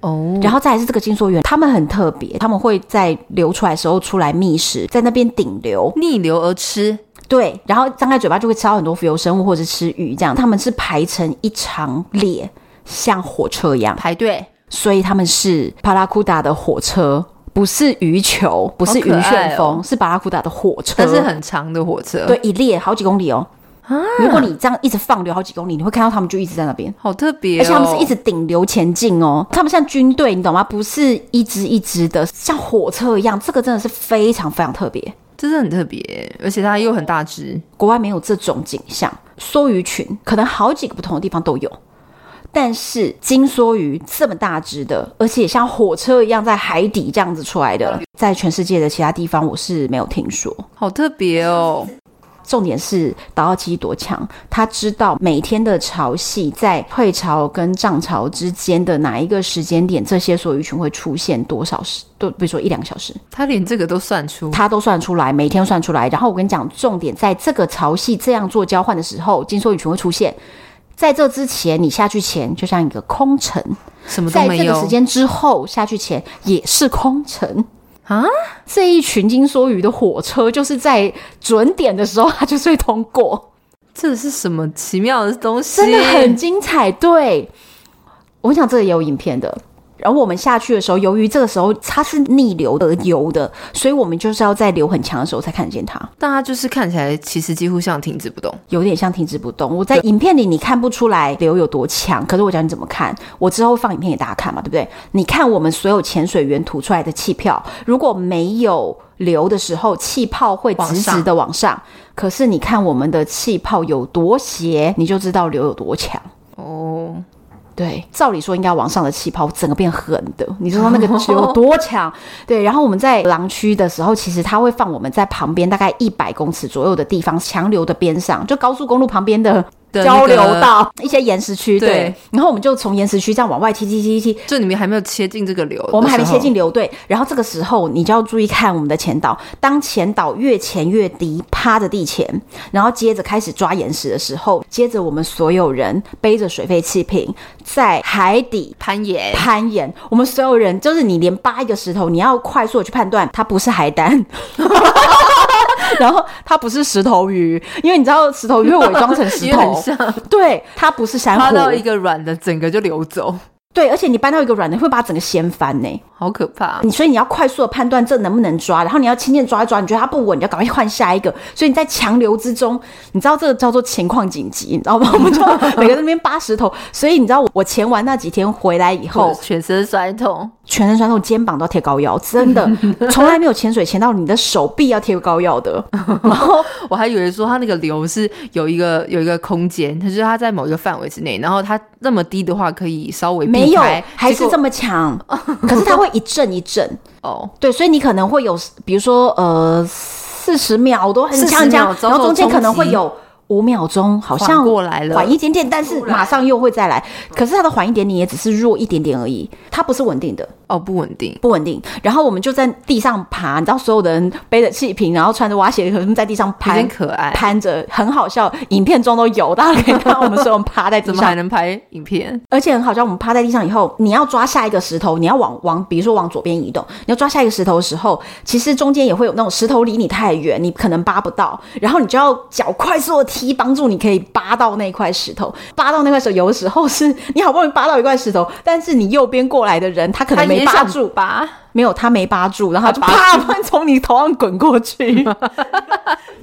S2: 哦，
S1: 然后再来是这个金梭鱼，它们很特别，它们会在流出来的时候出来觅食，在那边顶流。
S2: 逆流而吃，
S1: 对，然后张开嘴巴就会吃到很多浮游生物或者吃鱼，这样它们是排成一长列，像火车一样，
S2: 排队，
S1: 所以他们是巴拉库达的火车，不是鱼球，不是
S2: 好可
S1: 鱼
S2: 爱
S1: 旋风，
S2: 哦
S1: 是巴拉库达的火车，
S2: 但是很啊长的火车，，
S1: 对一列好几公里哦。如果你这样一直放流好几公里，你会看到他们就一直在那边。
S2: 好特别、哦，
S1: 而且他们是一直顶流前进哦，他们像军队，你懂吗？不是一支一支的，像火车一样。这个真的是非常非常特别，
S2: 真的很特别、而且它又很大只，
S1: 国外没有这种景象。梭鱼群可能好几个不同的地方都有，但是金梭鱼这么大只的，而且像火车一样在海底这样子出来的，在全世界的其他地方我是没有听说。
S2: 好特别哦，
S1: 重点是达到记忆多强，他知道每天的潮汐在退潮跟涨潮之间的哪一个时间点，这些所有鱼群会出现多少时，都比如说一两个小时，
S2: 它连这个都算出，
S1: 他都算出来，每天算出来。然后我跟你讲，重点在这个潮汐这样做交换的时候，金梭鱼群会出现。在这之前，你下去前就像一个空城；
S2: 什么都
S1: 在
S2: 没
S1: 这个时
S2: 有
S1: 间之后下去前也是空城。
S2: 啊，
S1: 这一群金梭鱼的火车，就是在准点的时候，它就是会通过。
S2: 这是什么奇妙的东西？
S1: 真的很精彩。对，我想这个也有影片的。然后我们下去的时候，由于这个时候它是逆流而游的，所以我们就是要在流很强的时候才看得见它，
S2: 但它就是看起来其实几乎像停止不动。
S1: 有点像停止不动。我在影片里你看不出来流有多强，可是我教你怎么看，我之后放影片给大家看嘛，对不对？你看我们所有潜水员吐出来的气泡，如果没有流的时候，气泡会
S2: 往
S1: 直直
S2: 上
S1: 的往上。可是你看我们的气泡有多斜，你就知道流有多强。
S2: 哦，
S1: 对，照理说应该往上的气泡整个变狠的，你知道 那个有多强？对，然后我们在廊区的时候，其实它会放我们在旁边大概一百公尺左右的地方，强流的边上，就高速公路旁边的
S2: 的那
S1: 交流
S2: 个
S1: 道、一些岩石区。对，
S2: 对
S1: 然后我们就从岩石区这样往外踢踢踢踢，踢
S2: 就你们还没有切进这个流，
S1: 我们还没切进。流队，然后这个时候你就要注意看我们的前导，当前导越潜越低，趴着地前，然后接着开始抓岩石的时候，接着我们所有人背着水肺气瓶在海底
S2: 攀岩，
S1: 攀岩，我们所有人就是你连扒一个石头，你要快速的去判断它不是海胆。 然后它不是石头鱼，因为你知道石头鱼会伪装成石
S2: 因为很
S1: 头，
S2: 像
S1: 对，它不是珊
S2: 趴到一
S1: 瑚，
S2: 个软的，整个就流走，
S1: 对，而且你搬到一个软的会把它整个掀翻呢、
S2: 好可怕。
S1: 你所以你要快速的判断这能不能抓，然后你要轻轻地抓一抓，你觉得它不稳，你就赶快换下一个。所以你在强流之中，你知道这个叫做情况紧急，你知道吗？我们就每个人那边扒石头，所以你知道我我前完那几天回来以后
S2: 后，全身酸痛，
S1: 全身酸痛，肩膀都要贴膏药，真 的从来没有潜水潜到你的手臂要贴膏药 的。然后
S2: 我还以为说它那个流是有一个有一个空间，它就是它在某一个范围之内，然后它那么低的话可以稍微避
S1: 没有
S2: 开，
S1: 还是
S2: 结果
S1: 这么强， 可是它会一阵一阵，
S2: 哦，
S1: 对，所以你可能会有，比如说呃四十秒都很强很
S2: 40秒
S1: 强，
S2: 之后
S1: 然后中间可能
S2: 冲
S1: 会
S2: 击
S1: 有五秒钟，好像
S2: 缓过来了
S1: 缓一点点，但是马上又会再来。可是它的缓一点点也只是弱一点点而已，它不是稳定的。
S2: 哦不稳定，
S1: 不稳定。然后我们就在地上爬，你知道，所有的人背着气瓶，然后穿着蛙鞋，可能在地上
S2: 有
S1: 攀
S2: 点，可爱，
S1: 攀着，很好笑。影片中都有，大家可以看到我们所有人趴在地
S2: 怎么还
S1: 上，
S2: 能拍影片？
S1: 而且很好笑。我们趴在地上以后，你要抓下一个石头，你要往往，比如说往左边移动，你要抓下一个石头的时候，其实中间也会有那种石头离你太远，你可能扒不到，然后你就要脚快速的踢，帮助你可以扒到那块石头。扒到那块石头，有的时候是你好不容易扒到一块石头，但是你右边过来的人他可能没扒住。
S2: 吧？
S1: 没有，他没扒住，然后他就
S2: 他
S1: 啪，
S2: 扒
S1: 突然从你头上滚过 去。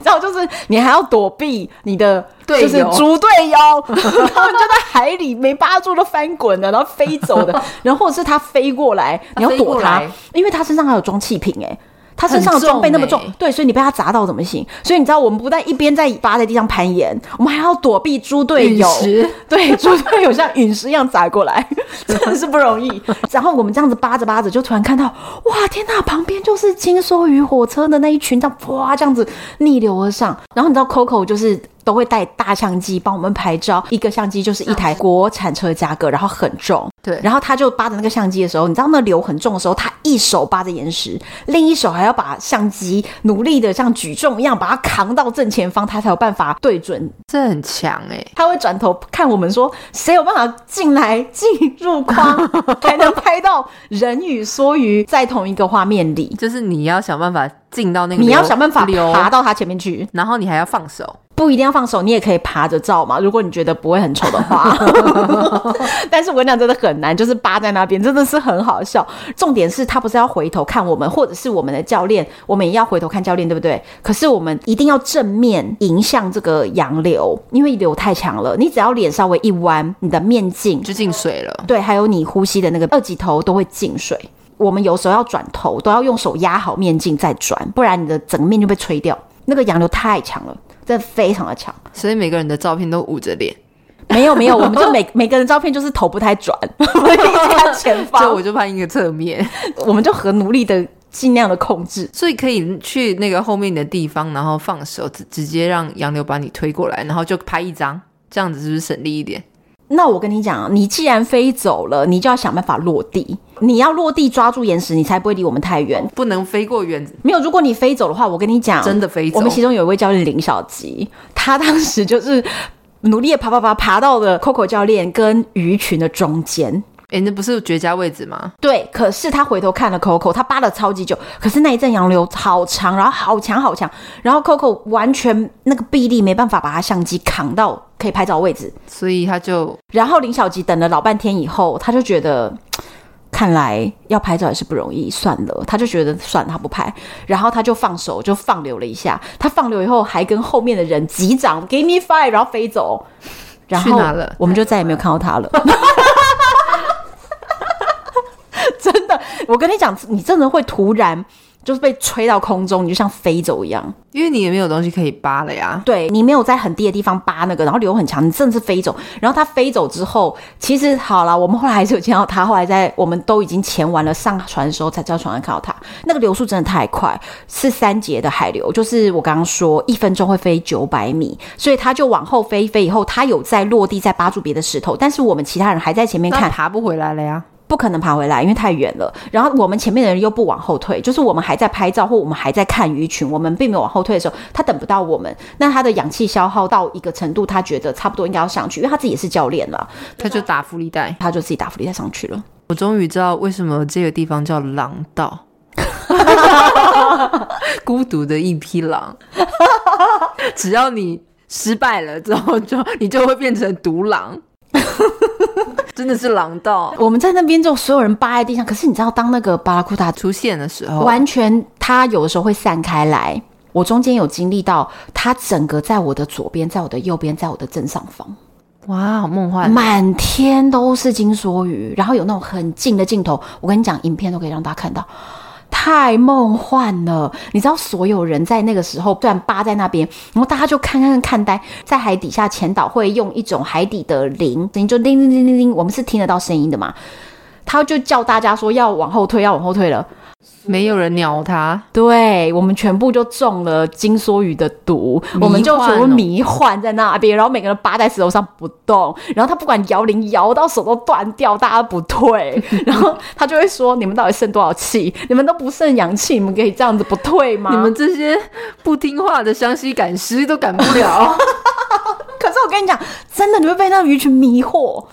S1: 然后就是你还要躲避你的
S2: 队
S1: 就是
S2: 友
S1: 猪队友，然后你就在海里没扒住都翻滚的，然后飞走 的，然后或者是他飞过来，你要
S2: 飞
S1: 躲
S2: 过
S1: 他
S2: 来，
S1: 因为他身上还有装气瓶哎、他身上的
S2: 很重
S1: 装备那么重，
S2: 欸
S1: 对，所以你被他砸到怎么行？所以你知道，我们不但一边在扒在地上攀岩，我们还要躲避猪队
S2: 陨
S1: 友，
S2: 石
S1: 对，猪队友像陨石一样砸过来，真的是不容易。然后我们这样子扒着扒着，就突然看到，哇，天呐，旁边就是金梭鱼火车的那一群，这样哇，这样子逆流而上。然后你知道 Coco 就是。都会带大相机帮我们拍照，一个相机就是一台国产车价格，然后很重，
S2: 对
S1: 然后他就扒着那个相机的时候，你知道那流很重的时候，他一手扒着岩石，另一手还要把相机努力的像举重一样把它扛到正前方，他才有办法对准
S2: 这很强哎、
S1: 他会转头看我们说，谁有办法进来进入框，才能拍到人与梭鱼在同一个画面里。
S2: 就是你要想办法进到那个流，
S1: 你要想办法
S2: 流，
S1: 爬到他前面去，
S2: 然后你还要放手，
S1: 不一定要放手，你也可以爬着照嘛。如果你觉得不会很丑的话，但是我跟你讲，真的很难，就是扒在那边，真的是很好笑。重点是他不是要回头看我们，或者是我们的教练，我们也要回头看教练，对不对？可是我们一定要正面迎向这个洋流，因为流太强了，你只要脸稍微一弯，你的面镜
S2: 就进水了。
S1: 对，还有你呼吸的那个二级头都会进水。我们有时候要转头，都要用手压好面镜再转，不然你的整个面就被吹掉。那个洋流太强了，真的非常的强。
S2: 所以每个人的照片都捂着脸，
S1: 没有没有，我们就每每个人照片就是头不太转， 我们一直看前
S2: 就
S1: 方，
S2: 我就拍一个侧面，
S1: 我们就很努力的尽量的控制。
S2: 所以可以去那个后面的地方，然后放手，直直接让洋流把你推过来，然后就拍一张，这样子是不是省力一点？
S1: 那我跟你讲，啊你既然飞走了，你就要想办法落地。你要落地抓住岩石，你才不会离我们太远。
S2: 不能飞过远，
S1: 没有，如果你飞走的话，我跟你讲，啊
S2: 真的飞走
S1: 我们其中有一位教练林小吉，他当时就是努力的爬爬爬爬到了 Coco 教练跟鱼群的中间。
S2: 哎、那不是绝佳位置吗？
S1: 对，可是他回头看了 Coco，他扒了超级久，可是那一阵洋流好长，然后好强好强，然后 Coco 完全那个臂力没办法把他相机扛到可以拍照的位置，
S2: 所以他就
S1: 然后林小吉等了老半天以后，他就觉得。看来要拍照也是不容易，算了，他就觉得算了，他不拍，然后他就放手就放流了一下，他放流以后还跟后面的人击掌，give me five，然后飞走，然后
S2: 去哪了
S1: 我们就再也没有看到他了。 真的，我跟你讲，你真的会突然就是被吹到空中，你就像飞走一样。
S2: 因为你也没有东西可以扒了呀。
S1: 对你没有在很低的地方扒那个，然后流很强，你真的是飞走。然后它飞走之后，其实好了，我们后来还是有见到它。后来在我们都已经潜完了上船的时候，才知道船上看到它。那个流速真的太快，是三节的海流，就是我刚刚说一分钟会飞九百米，所以它就往后飞一飞以后，它有在落地再扒住别的石头，但是我们其他人还在前面
S2: 那
S1: 看，
S2: 爬不回来了呀。
S1: 不可能爬回来，因为太远了。然后我们前面的人又不往后退，就是我们还在拍照或我们还在看鱼群，我们并没有往后退的时候，他等不到我们。那他的氧气消耗到一个程度，他觉得差不多应该要上去，因为他自己也是教练了，
S2: 他就打福利带。
S1: 他就自己打浮力带上去了。
S2: 我终于知道为什么这个地方叫狼道，孤独的一匹狼。只要你失败了之后就，你就会变成独狼，真的是狼道。
S1: 我们在那边就所有人扒在地上，可是你知道，当那个巴拉库塔
S2: 出现的时候，
S1: 完全，它有的时候会散开来。我中间有经历到，它整个在我的左边，在我的右边，在我的正上方。
S2: 哇，好梦幻！
S1: 满天都是金梭鱼，然后有那种很近的镜头，我跟你讲，影片都可以让大家看到。太梦幻了！你知道，所有人在那个时候，虽然扒在那边，然后大家就看看看呆，在海底下潜导会用一种海底的铃，铃就叮叮叮叮叮，我们是听得到声音的嘛。他就叫大家说要往后退，要往后退了。
S2: 没有人鸟他，
S1: 对我们全部就中了金梭鱼的毒，
S2: 迷幻
S1: 我们就全部
S2: 哦
S1: 迷幻在那边，然后每个人扒在石头上不动，然后他不管摇铃摇到手都断掉，大家不退，然后他就会说：“你们到底剩多少气？你们都不剩氧气，你们可以这样子不退吗？”
S2: 你们这些不听话的湘西赶尸都赶不了，
S1: 可是我跟你讲，真的你会被那鱼群迷惑，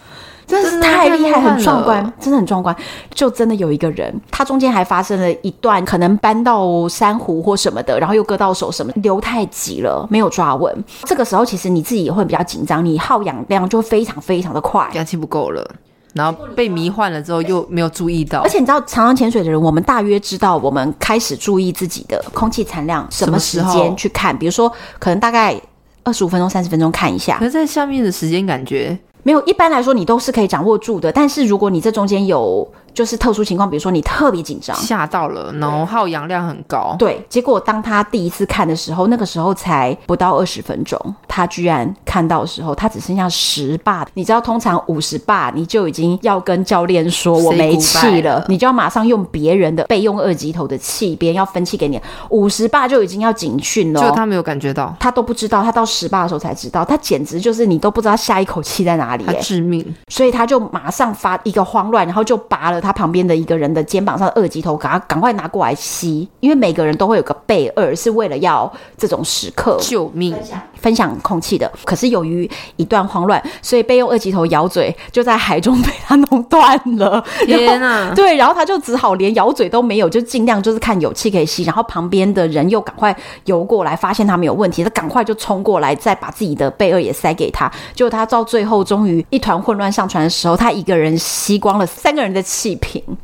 S1: 真的是太厉害，
S2: 真的太梦幻了
S1: 很壮观，真的很壮观。就真的有一个人，他中间还发生了一段可能搬到珊瑚或什么的，然后又割到手什么，流太急了，没有抓稳。这个时候其实你自己也会比较紧张，你耗氧量就会非常非常的快。
S2: 氧气不够了，然后被迷幻了之后又没有注意到
S1: 而，且你知道，常常潜水的人，我们大约知道我们开始注意自己的空气产量，什么时
S2: 什么时候
S1: 间去看，比如说可能大概二十五分钟、三十分钟看一下
S2: 可。是在下面的时间感觉
S1: 没有，一般来说你都是可以掌握住的。但是如果你这中间有就是特殊情况，比如说你特别紧张，
S2: 吓到了，然后耗氧量很高，
S1: 对，结果当他第一次看的时候，那个时候才不到二十分钟，他居然看到的时候，他只剩下十把。你知道，通常五十把你就已经要跟教练说
S2: Say
S1: 我没气
S2: goodbye 了
S1: 你就要马上用别人的备用二级头的气，别人要分气给你，五十把就已经要警讯了
S2: 就
S1: 哦。
S2: 他没有感觉到，
S1: 他都不知道，他到十把的时候才知道，他简直就是你都不知道下一口气在哪里、
S2: 他
S1: 耶。
S2: 致命，
S1: 所以他就马上发一个慌乱，然后就拔了他旁边的一个人的肩膀上的二级头，赶快赶快拿过来吸，因为每个人都会有个备二，是为了要这种时刻
S2: 救命！
S1: 分享空气的。可是由于一段慌乱，所以备用二级头咬嘴就在海中被他弄断了。
S2: 天 啊哪！
S1: 对，然后他就只好连咬嘴都没有，就尽量就是看有气可以吸，然后旁边的人又赶快游过来，发现他没有问题，他赶快就冲过来，再把自己的贝二也塞给他。结果他到最后终于一团混乱上船的时候，他一个人吸光了三个人的气瓶，
S2: 嗯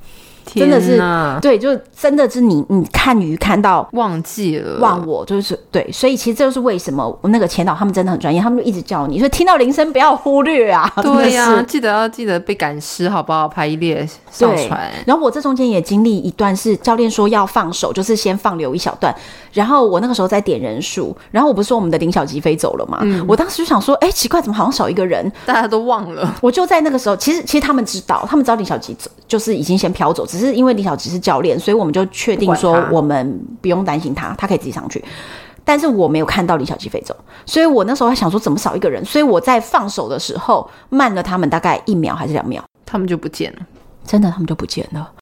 S1: 真的是
S2: 天哪
S1: 对，就真的是你你看鱼看到
S2: 忘记了，
S1: 忘我就是对，所以其实这就是为什么那个前导他们真的很专业，他们就一直叫你，所以听到铃声不要忽略啊，
S2: 对 呀、
S1: 真的是
S2: 记得要记得被赶尸，好不好？排列上
S1: 对
S2: 传，
S1: 然后我这中间也经历一段是教练说要放手，就是先放流一小段。然后我那个时候在点人数，然后我不是说我们的林小吉飞走了嘛，我当时就想说，哎、奇怪，怎么好像少一个人？
S2: 大家都忘了，
S1: 我就在那个时候，其实其实他们知道，他们知道林小吉走，就是已经先飘走，只是因为林小吉是教练，所以我们就确定
S2: 不
S1: 说
S2: 管他
S1: 我们不用担心他，他可以自己上去。但是我没有看到林小吉飞走，所以我那时候还想说怎么少一个人，所以我在放手的时候慢了他们大概一秒还是两秒，
S2: 他们就不见了。
S1: 真的他们就不见了。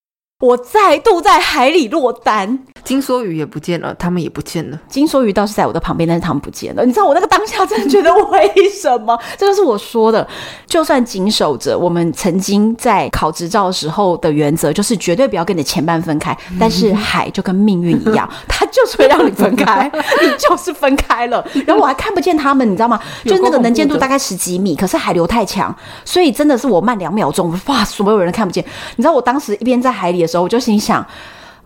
S1: 我再度在海里落单。
S2: 金梭鱼也不见了，他们也不见了。
S1: 金梭鱼倒是在我的旁边，但是他们不见了。你知道我那个当下真的觉得为什么？ 这就是我说的，就算谨守着我们曾经在考执照的时候的原则，就是绝对不要跟你的前半分开。
S2: 嗯
S1: 但是海就跟命运一 样，它就是会让你分开，你就是分开 了。然后我还看不见他们，你知道吗？
S2: 有
S1: 就是那
S2: 够
S1: 个
S2: 恐
S1: 能见度
S2: 怖的
S1: 大概十几米，可是海流太强，所以真的是我慢两秒钟，哇，所有人都看不见。你知道我当时一边在海里的时候，我就心想。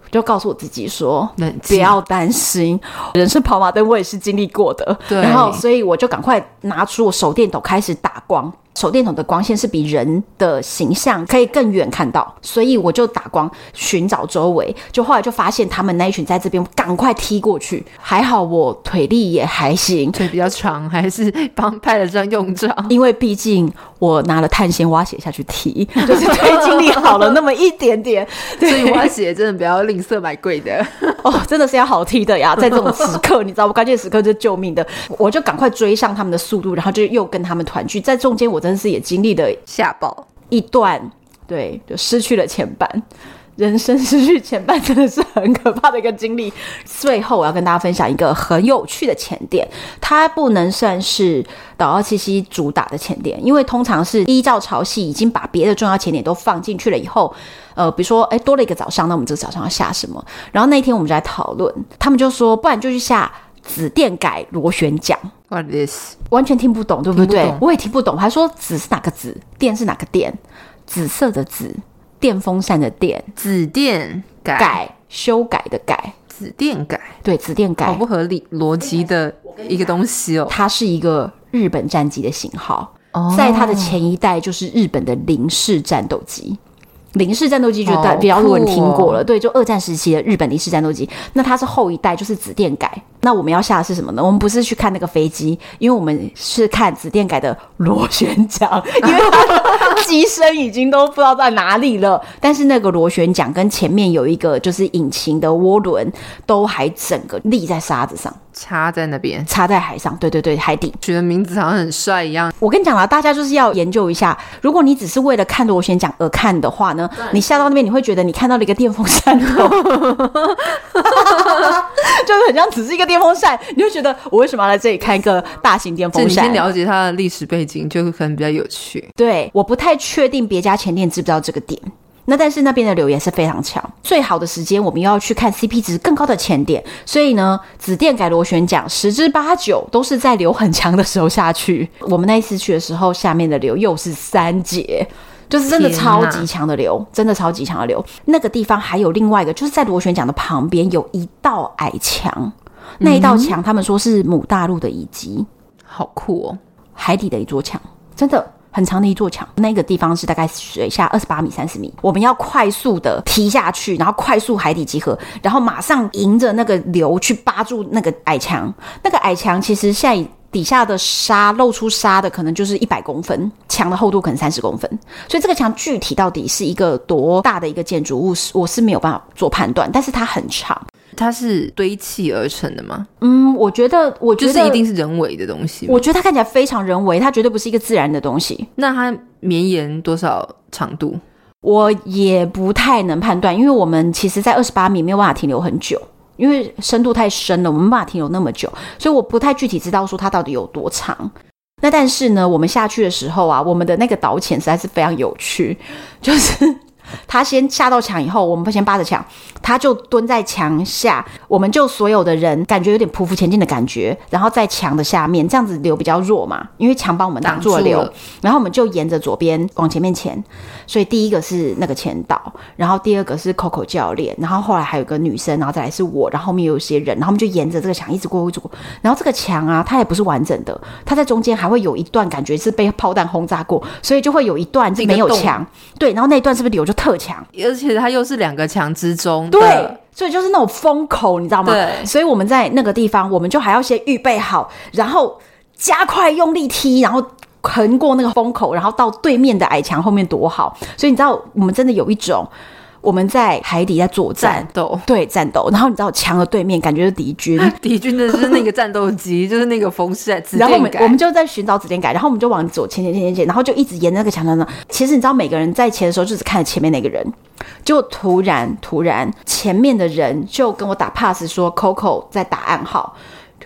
S1: 我就告诉我自己说，
S2: 冷
S1: 不
S2: 静
S1: 要担心，人生跑马灯我也是经历过的。
S2: 对
S1: 然后所以我就赶快拿出我手电筒开始打光，手电筒的光线是比人的形象可以更远看到，所以我就打光寻找周围，就后来就发现他们那一群在这边，我赶快踢过去。还好我腿力也还行，
S2: 腿比较长，还是帮派得上用场？
S1: 因为毕竟我拿了碳纤挖鞋下去踢，就是腿精力好了那么一点点，
S2: 所
S1: 对
S2: 以我要写真的不要吝啬买贵的。
S1: 哦，真的是要好踢的呀！在这种时刻，你知道，我关键时刻就是救命的，我就赶快追上他们的速度，然后就又跟他们团聚。在中间，我真的是也经历了
S2: 吓爆！
S1: 一段，对，就失去了前半。人生失去前半真的是很可怕的一个经历。最后，我要跟大家分享一个很有趣的前店，它不能算是岛奥七夕主打的前店，因为通常是依照潮汐已经把别的重要前点都放进去了以后，呃，比如说，哎，多了一个早上，那我们这个早上要下什么？然后那一天我们就在讨论，他们就说，不然就去下紫电改螺旋桨。
S2: What is？
S1: 完全听不懂，对不对？
S2: 听不懂
S1: 我也听不懂，还说紫是哪个紫，电是哪个电，紫色的紫，电风扇的电，
S2: 紫电改
S1: 改修改的改，
S2: 紫电改，
S1: 对，紫电改，
S2: 好不合理逻辑
S1: 哎
S2: 的一个东西哦。
S1: 它是一个日本战机的型号，
S2: 哦
S1: 在它的前一代就是日本的零式战斗机。零式战斗机就
S2: 好
S1: 大比较多人
S2: 酷哦
S1: 听过了，对，就二战时期的日本零式战斗机。那它是后一代，就是紫电改。那我们要下的是什么呢？我们不是去看那个飞机，因为我们是看紫电改的螺旋桨，因为它的机身已经都不知道在哪里了。但是那个螺旋桨跟前面有一个就是引擎的涡轮都还整个立在沙子上，
S2: 插在那边，
S1: 插在海上。对对对，海底。
S2: 取的名字好像很帅一样。
S1: 我跟你讲啦，大家就是要研究一下。如果你只是为了看螺旋桨而看的话呢，你下到那边你会觉得你看到了一个电风扇头， 就是很像只是一个电风扇，你就觉得我为什么要来这里看一个大型电
S2: 就
S1: 风
S2: 你先
S1: 扇？
S2: 了解它的历史背景，就可能比较有趣。
S1: 对，我不太确定别家前店知不知道这个点。那但是那边的留言是非常强，最好的时间我们要去看 CP 值更高的前点，所以呢，紫电改螺旋桨十之八九都是在流很强的时候下去。我们那一次去的时候，下面的流又是三节，就是真的
S2: 天
S1: 超
S2: 哪
S1: 级强的流，真的超级强的流。那个地方还有另外一个，就是在螺旋桨的旁边有一道矮墙，那一
S2: 嗯
S1: 道墙他们说是母大陆的遗迹，
S2: 好酷哦！
S1: 海底的一座墙，真的很长的一座墙。那个地方是大概水下二十八米、三十米，我们要快速的踢下去，然后快速海底集合，然后马上迎着那个流去扒住那个矮墙。那个矮墙其实现在。底下的沙露出沙的可能就是一百公分，墙的厚度可能三十公分，所以这个墙具体到底是一个多大的一个建筑物，是我是没有办法做判断，但是它很长。
S2: 它是堆砌而成的吗？
S1: 嗯，我觉得，我觉
S2: 就
S1: 得
S2: 是一定是人为的东西吗。
S1: 我觉得它看起来非常人为，它绝对不是一个自然的东西。
S2: 那它绵延多少长度？
S1: 我也不太能判断，因为我们其实，在二十八米没有办法停留很久，因为深度太深了，我们没办法停留那么久，所以我不太具体知道说它到底有多长。那但是呢，我们下去的时候啊，我们的那个导潜实在是非常有趣，就是他先下到墙以后，我们先扒着墙，他就蹲在墙下，我们就所有的人感觉有点匍匐前进的感觉，然后在墙的下面，这样子流比较弱嘛，因为墙帮我们挡住了
S2: 挡住
S1: 流，
S2: 了
S1: 然后我们就沿着左边往前面潜，所以第一个是那个前导，然后第二个是 Coco 教练，然后后来还有个女生，然后再来是我，然后后面有一些人，然后我们就沿着这个墙一直过，一直过。然后这个墙啊，它也不是完整的，它在中间还会有一段感觉是被炮弹轰炸过，所以就会有一段是没有
S2: 一个洞
S1: 墙，对，然后那一段是不是流就特强？
S2: 而且它又是两个墙之中的，
S1: 对，所以就是那种风口，你知道吗？
S2: 对
S1: 所以我们在那个地方，我们就还要先预备好，然后加快用力踢，然后。横过那个风口，然后到对面的矮墙后面躲好。所以你知道，我们真的有一种我们在海底在作战
S2: 战，斗。
S1: 对战斗，然后你知道墙的对面感觉是敌 军，
S2: 敌军的是那个战斗机，就是那个风扇，
S1: 然后我们
S2: 改
S1: 我们就在寻找指尖改，然后我们就往左前前前前前，然后就一直沿着那个墙墙呢。其实你知道，每个人在前的时候就只看着前面那个人，结果突然突然前面的人就跟我打 pass 说 Coco 在打暗号。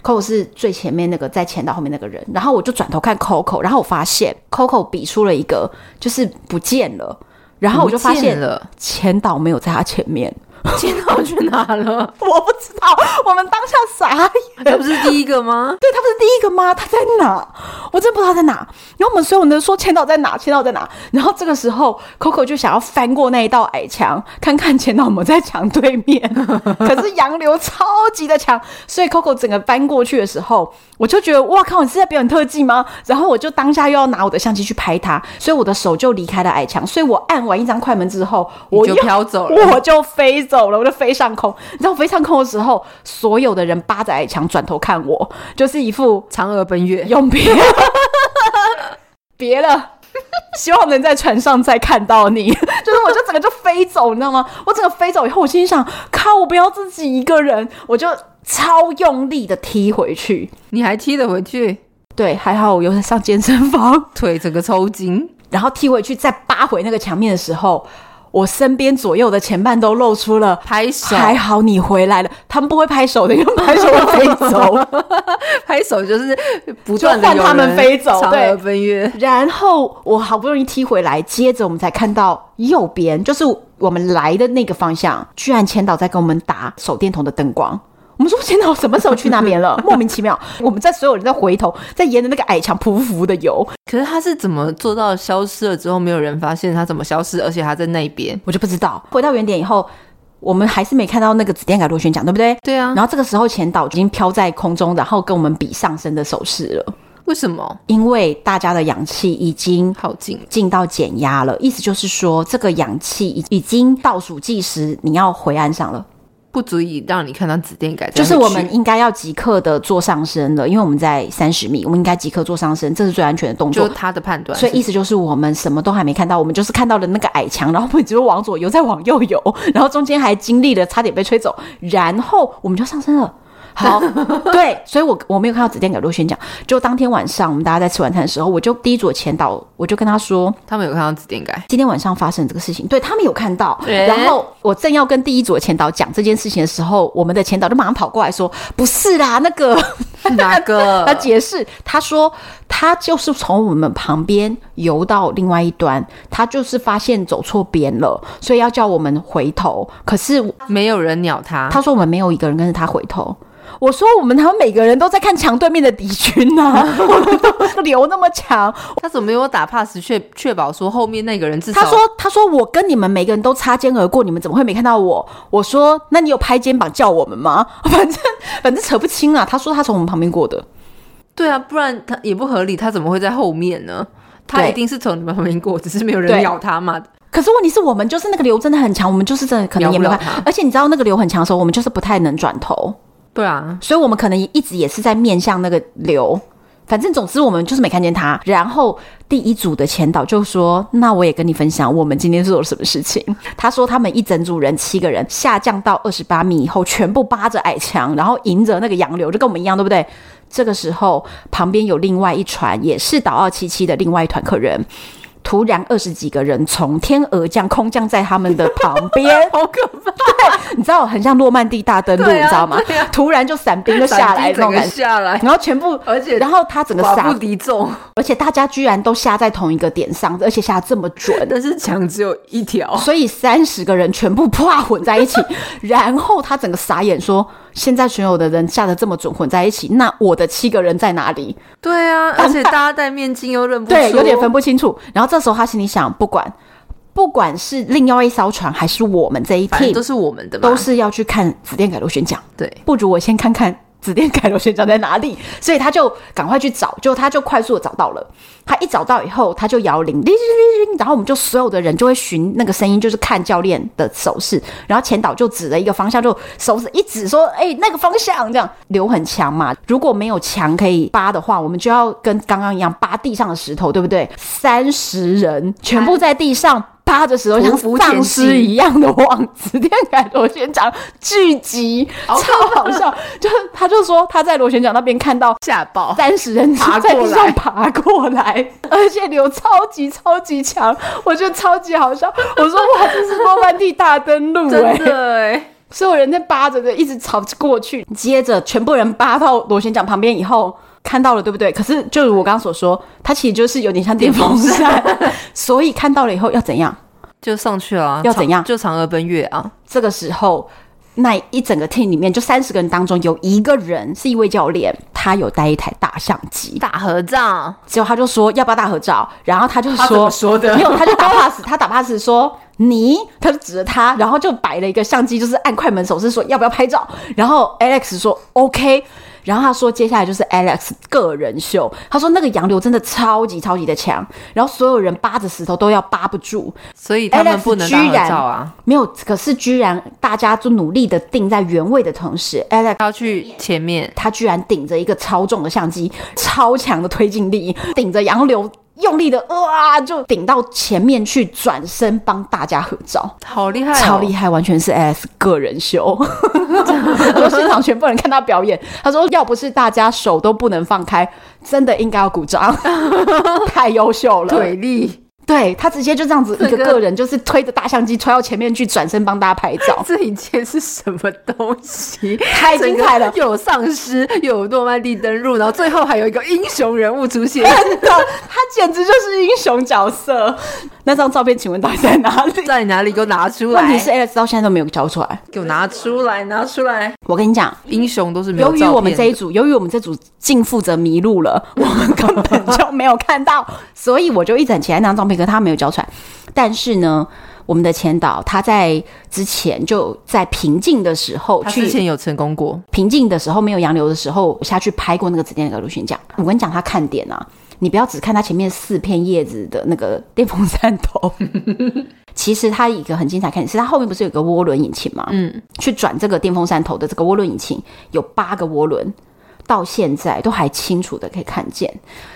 S1: Coco 是最前面那个，再前到后面那个人，然后我就转头看 Coco，然后我发现 Coco 比出了一个就是不见了，然后我就发
S2: 不见
S1: 现
S2: 了，
S1: 前导没有在他前面，
S2: 见到去哪了？
S1: 我不知道，我们当下傻眼。
S2: 这不是第一个吗？
S1: 对他不是第一个吗？他在哪？我真不知道他在哪。然后我们所有人都说千岛在哪，千岛在哪。然后这个时候，Coco 就想要翻过那一道矮墙，看看千岛有没有在墙对面。 可是洋流超级的强，所以 Coco 整个翻过去的时候，我就觉得哇靠，你是在表演特技吗？然后我就当下又要拿我的相机去拍他，所以我的手就离开了矮墙。所以我按完一张快门之后， 我
S2: 你就
S1: 又
S2: 飘走了。
S1: 我就飞走了，我就飞上空。你知道飞上空的时候，所有的人扒着矮墙转头看我，就是一副
S2: 嫦娥奔月，
S1: 永别别了， 希望能在船上再看到你。就是我就整个就飞走，你知道吗？我整个飞走以后，我心想，靠，我不要自己一个人，我就超用力的踢回去。
S2: 你还踢得回去，
S1: 对，还好我有在上健身房，
S2: 腿整个抽筋。
S1: 然后踢回去，再扒回那个墙面的时候，我身边左右的前半都露出了。
S2: 拍手，
S1: 还好你回来了，他们不会拍手的，因为拍手会飞 走。
S2: 拍手就是不断的
S1: 就换他们飞走
S2: 嫦
S1: 对
S2: 娥奔月，
S1: 然后我好不容易踢回来，接着我们才看到右边，就是我们来的那个方向，居然千岛在跟我们打手电筒的灯光。我们说千岛什么时候去那边 了？莫名其妙。我们在所有人在回头，在沿着那个矮墙匍匐的游，
S2: 可是他是怎么做到消失了之后没有人发现他怎么消失，而且他在那边？
S1: 我就不知道。回到原点以后，我们还是没看到那个紫电改螺旋桨，对不对？
S2: 对啊
S1: 然，后这个时候，前岛已经飘在空中，然后跟我们比上升的手势了，
S2: 为什么？
S1: 因为大家的氧气已经
S2: 好近，
S1: 进到减压了，意思就是说，这个氧气已已经倒数计时，你要回岸上了，
S2: 不足以让你看到紫电改。
S1: 就是
S2: 再回
S1: 我
S2: 去
S1: 们应该要即刻的做上升了，因为我们在三十米，我们应该即刻做上升，这是最安全的动
S2: 就
S1: 作。
S2: 他的判断，
S1: 所以意思就是我们什么都还没看到，我们就是看到了那个矮墙，然后我们只有往左游，再往右游，然后中间还经历了差点被吹走，然后我们就上升了。好， 对，所以我我没有看到紫电给螺旋桨。就当天晚上，我们大家在吃晚餐的时候，我就第一组的前导，我就跟他说，
S2: 他们有看到紫 电改，
S1: 今天晚上发生这个事情，对他们有看到。
S2: 诶
S1: 然后我正要跟第一组的前导讲这件事情的时候，我们的前导就马上跑过来说：“不是啦，那个
S2: 哪
S1: 他
S2: 个？
S1: 解释，他说他就是从我们旁边游到另外一端，他就是发现走错边了，所以要叫我们回头。可是
S2: 没有人鸟他，
S1: 他说我们没有一个人跟着他回头。”我说：“我们他们每个人都在看墙对面的敌军呐、 我们都留那么强，
S2: 他怎么没有打 pass 确确保说后面那个人至少
S1: 他说：“他说我跟你们每个人都擦肩而过，你们怎么会没看到我？”我说：“那你有拍肩膀叫我们吗？” 反正反正扯不清啊。他说他从我们旁边过的，
S2: 对啊，不然他也不合理，他怎么会在后面呢？他
S1: 对
S2: 一定是从你们旁边过，只是没有人
S1: 对
S2: 鸟他嘛。
S1: 可是问题是我们就是那个流真的很强，我们就是真的可能也没
S2: 瞄
S1: 办
S2: 不了
S1: 法
S2: 他。
S1: 而且你知道那个流很强的时候，我们就是不太能转头，
S2: 对啊，
S1: 所以我们可能一直也是在面向那个流。反正总之我们就是没看见他。然后第一组的前导就说：“那我也跟你分享我们今天做了什么事情。” 他说他们一整组人七个人下降到二十八米以后，全部扒着矮墙，然后迎着那个洋流，就跟我们一样，对不对？这个时候旁边有另外一船也是岛二七七的另外一团客人。突然，二十几个人从天而降，空降在他们的旁边，
S2: 好可怕！
S1: 你知道，很像诺曼底大登陆，
S2: 对啊
S1: 你知道吗
S2: 对啊？
S1: 突然就伞兵就下来那
S2: 闪击整
S1: 种
S2: 个
S1: 感觉，
S2: 下来，
S1: 然后全部，
S2: 而且
S1: 然后他整个
S2: 寡
S1: 傻
S2: 不，敌众。
S1: 而且大家居然都下在同一个点上，而且下得这么准，
S2: 但是墙只有一条，
S1: 所以三十个人全部啪混在一起，然后他整个傻眼说：“现在所有的人下的这么准混在一起，那我的七个人在哪里？”
S2: 对 啊，而且大家戴面镜又认不出，
S1: 对，有点分不清楚。然后这时候他心里想，不管不管是另外一艘船还是我们这一
S2: 反正
S1: team，
S2: 都是我们的嘛，
S1: 都是要去看紫电改螺旋桨。
S2: 对。
S1: 不如我先看看紫电改螺旋桨在哪里，所以他就赶快去找，就他就快速的找到了。他一找到以后，他就摇铃，铃铃铃铃然后我们就所有的人就会寻那个声音，就是看教练的手势。然后前导就指了一个方向，就手指一指说：“哎、那个方向。”这样流很强嘛，如果没有墙可以扒的话，我们就要跟刚刚一样扒地上的石头，对不对？三十人全部在地上趴着石头
S2: 匍
S1: 像
S2: 匐
S1: 丧
S2: 前
S1: 尸
S2: 进
S1: 一样的往紫 天凯螺旋桨聚集，
S2: 好可
S1: 超好笑。就是他就说他在螺旋桨那边看到
S2: 吓爆！
S1: 三十人
S2: 爬
S1: 在
S2: 过
S1: 地
S2: 来
S1: 上爬过来，而且流超级超级强，我觉得超级好笑。我说 哇，这是诺曼底大登陆哎、
S2: 真的哎，
S1: 所有人在扒着的一直朝过去，接着全部人扒到螺旋桨旁边以后，看到了对不对？可是就如我刚刚所说，它其实就是有点像电风扇， 所以看到了以后要怎样？
S2: 就上去了啊，
S1: 要怎样
S2: 长就嫦娥奔月 啊，
S1: 这个时候，那一整个 team 里面就三十个人当中有一个人是一位教练，他有带一台大相机，
S2: 打合照。
S1: 结果他就说要不要大合照，然后他就说
S2: 说的
S1: 没有，他就打 pass，他打 pass 说你，他就指着他，然后就摆了一个相机，就是按快门手势说要不要拍照，然后 Alex 说 OK。然后他说，接下来就是 Alex 个人秀。他说那个洋流真的超级超级的强，然后所有人扒着石头都要扒不住。
S2: 所以他们
S1: Alex
S2: 不能打
S1: 居
S2: 合
S1: 然
S2: 照啊，
S1: 没有，可是居然大家就努力的定在原位的同时，Alex
S2: 他要去前面，
S1: 他居然顶着一个超重的相机，超强的推进力，顶着洋流用力的哇，就顶到前面去，转身帮大家合照。
S2: 好厉害哦，
S1: 超厉害，完全是 S 个人秀。他说现场全部人看他表演，他说要不是大家手都不能放开，真的应该要鼓掌，太优秀了。
S2: 腿力，
S1: 对他直接就这样子一
S2: 这
S1: 个
S2: 个，
S1: 个人，就是推着大相机推到前面去，转身帮大家拍照
S2: 这影片是什么东 西？
S1: 太精彩了
S2: 整。个又有丧尸，又有诺曼底登陆，然后最后还有一个英雄人物出 现
S1: 真的， 他简直就是英雄角色。那张照片，请问到底在哪里？
S2: 在哪里？给我拿出来！
S1: 问题是 Alex 到现在都没有交出来。
S2: 给我拿出来，拿出来！
S1: 我跟你讲，
S2: 英雄都是没
S1: 由
S2: 有
S1: 于我们
S2: 照
S1: 这
S2: 片
S1: 一组，由于我们这组净负责迷路了，我们根本就没有看到， 所以我就一直很期待那张照片，可是他没有交出来。但是呢，我们的前导他在之前就在平静的时候
S2: 他之
S1: 去
S2: 前有成功过，
S1: 平静的时候没有洋流的时候下去拍过那个紫电那个螺旋桨。我跟你讲，他看点啊，你不要只看它前面四片叶子的那个电风扇头。其实它一个很精彩看点是，它后面不是有个涡轮引擎吗？嗯，去转这个电风扇头的这个涡轮引擎有八个涡轮，到现在都还清楚的可以看见，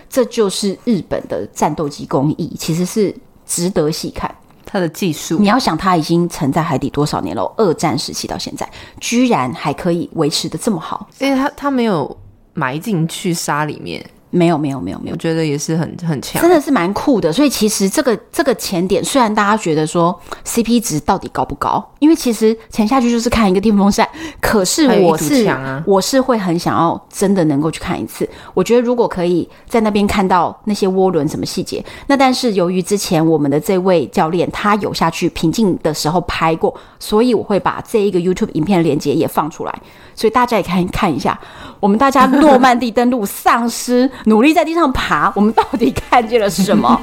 S1: 这就是日本的战斗机工艺，其实是值得细看。
S2: 他的技术
S1: 你要想，它已经沉在海底多少年了？二战时期到现在，居然还可以维持的这么好，
S2: 因为他他没有埋进去沙里面，
S1: 没有，没有，没有，没有
S2: 我，觉得也是很很
S1: 嗯
S2: 强
S1: 真。的是蛮酷的。所以其实这个这个前点，虽然大家觉得说 CP 值到底高不高，因为其实潜下去就是看一个电风扇，可是
S2: 还有一
S1: 我
S2: 堵
S1: 是、
S2: 墙啊
S1: 我是会很想要真的能够去看一次。我觉得如果可以在那边看到那些涡轮什么细节，那但是由于之前我们的这位教练他有下去平静的时候拍过，所以我会把这一个 YouTube 影片的链接也放出来，所以大家也看看一下。我们大家诺曼底登陆丧尸努力在地上爬，我们到底看见了什 么？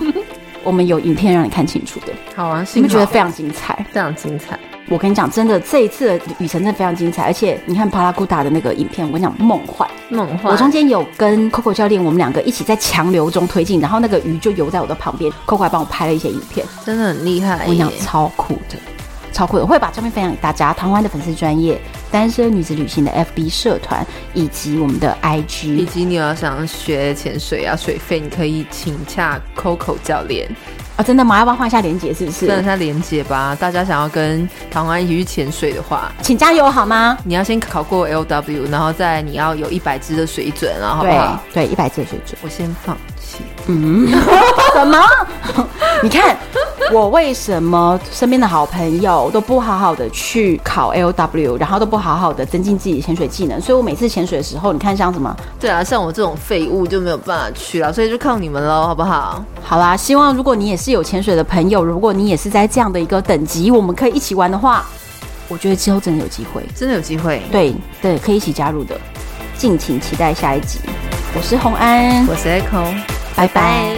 S1: 我们有影片让你看清楚的，
S2: 好啊，
S1: 你
S2: 幸
S1: 们觉得
S2: 好
S1: 非常精彩。
S2: 非常精彩。
S1: 我跟你讲，真的这一次的旅程真的非常精彩，而且你看帕拉古达的那个影片，我跟你讲梦幻。
S2: 梦幻，
S1: 我中间有跟 Coco 教练，我们两个一起在强流中推进，然后那个鱼就游在我的旁边，Coco 还帮我拍了一些影片，
S2: 真的很厉害
S1: 我跟你
S2: 耶
S1: 讲！超酷的，超酷的。我会把照片分享给大家，台湾的粉丝专业单身女子旅行的 FB 社团以及我们的
S2: 以
S1: IG。
S2: 及你要想学潜水啊，水费你可以请洽 Coco 教练，
S1: 啊，真的吗？要不要画一下链接？是不
S2: 跟一
S1: 是？
S2: 下连接吧。大家想要跟唐安一起去潜水的话，
S1: 请加油好吗？
S2: 你要先考过 LW，然后再你要有一百支的水准啊，好不
S1: 对
S2: 好？
S1: 对，一百字的水准。
S2: 我先放弃。
S1: 什么？ 你看我为什么身边的好朋友都不好好的去考 LW，然后都不好好的增进自己的潜水技能，所以我每次潜水的时候，你看像什么？
S2: 对啊，像我这种废物就没有办法去了，所以就靠你们喽，好不好？
S1: 好啦，希望如果你也是有潜水的朋友，如果你也是在这样的一个等级，我们可以一起玩的话，我觉得之后真的有机会。
S2: 真的有机会。
S1: 对对，可以一起加入的，敬请期待下一集。我是红安，
S2: 我是 Echo。
S1: 拜拜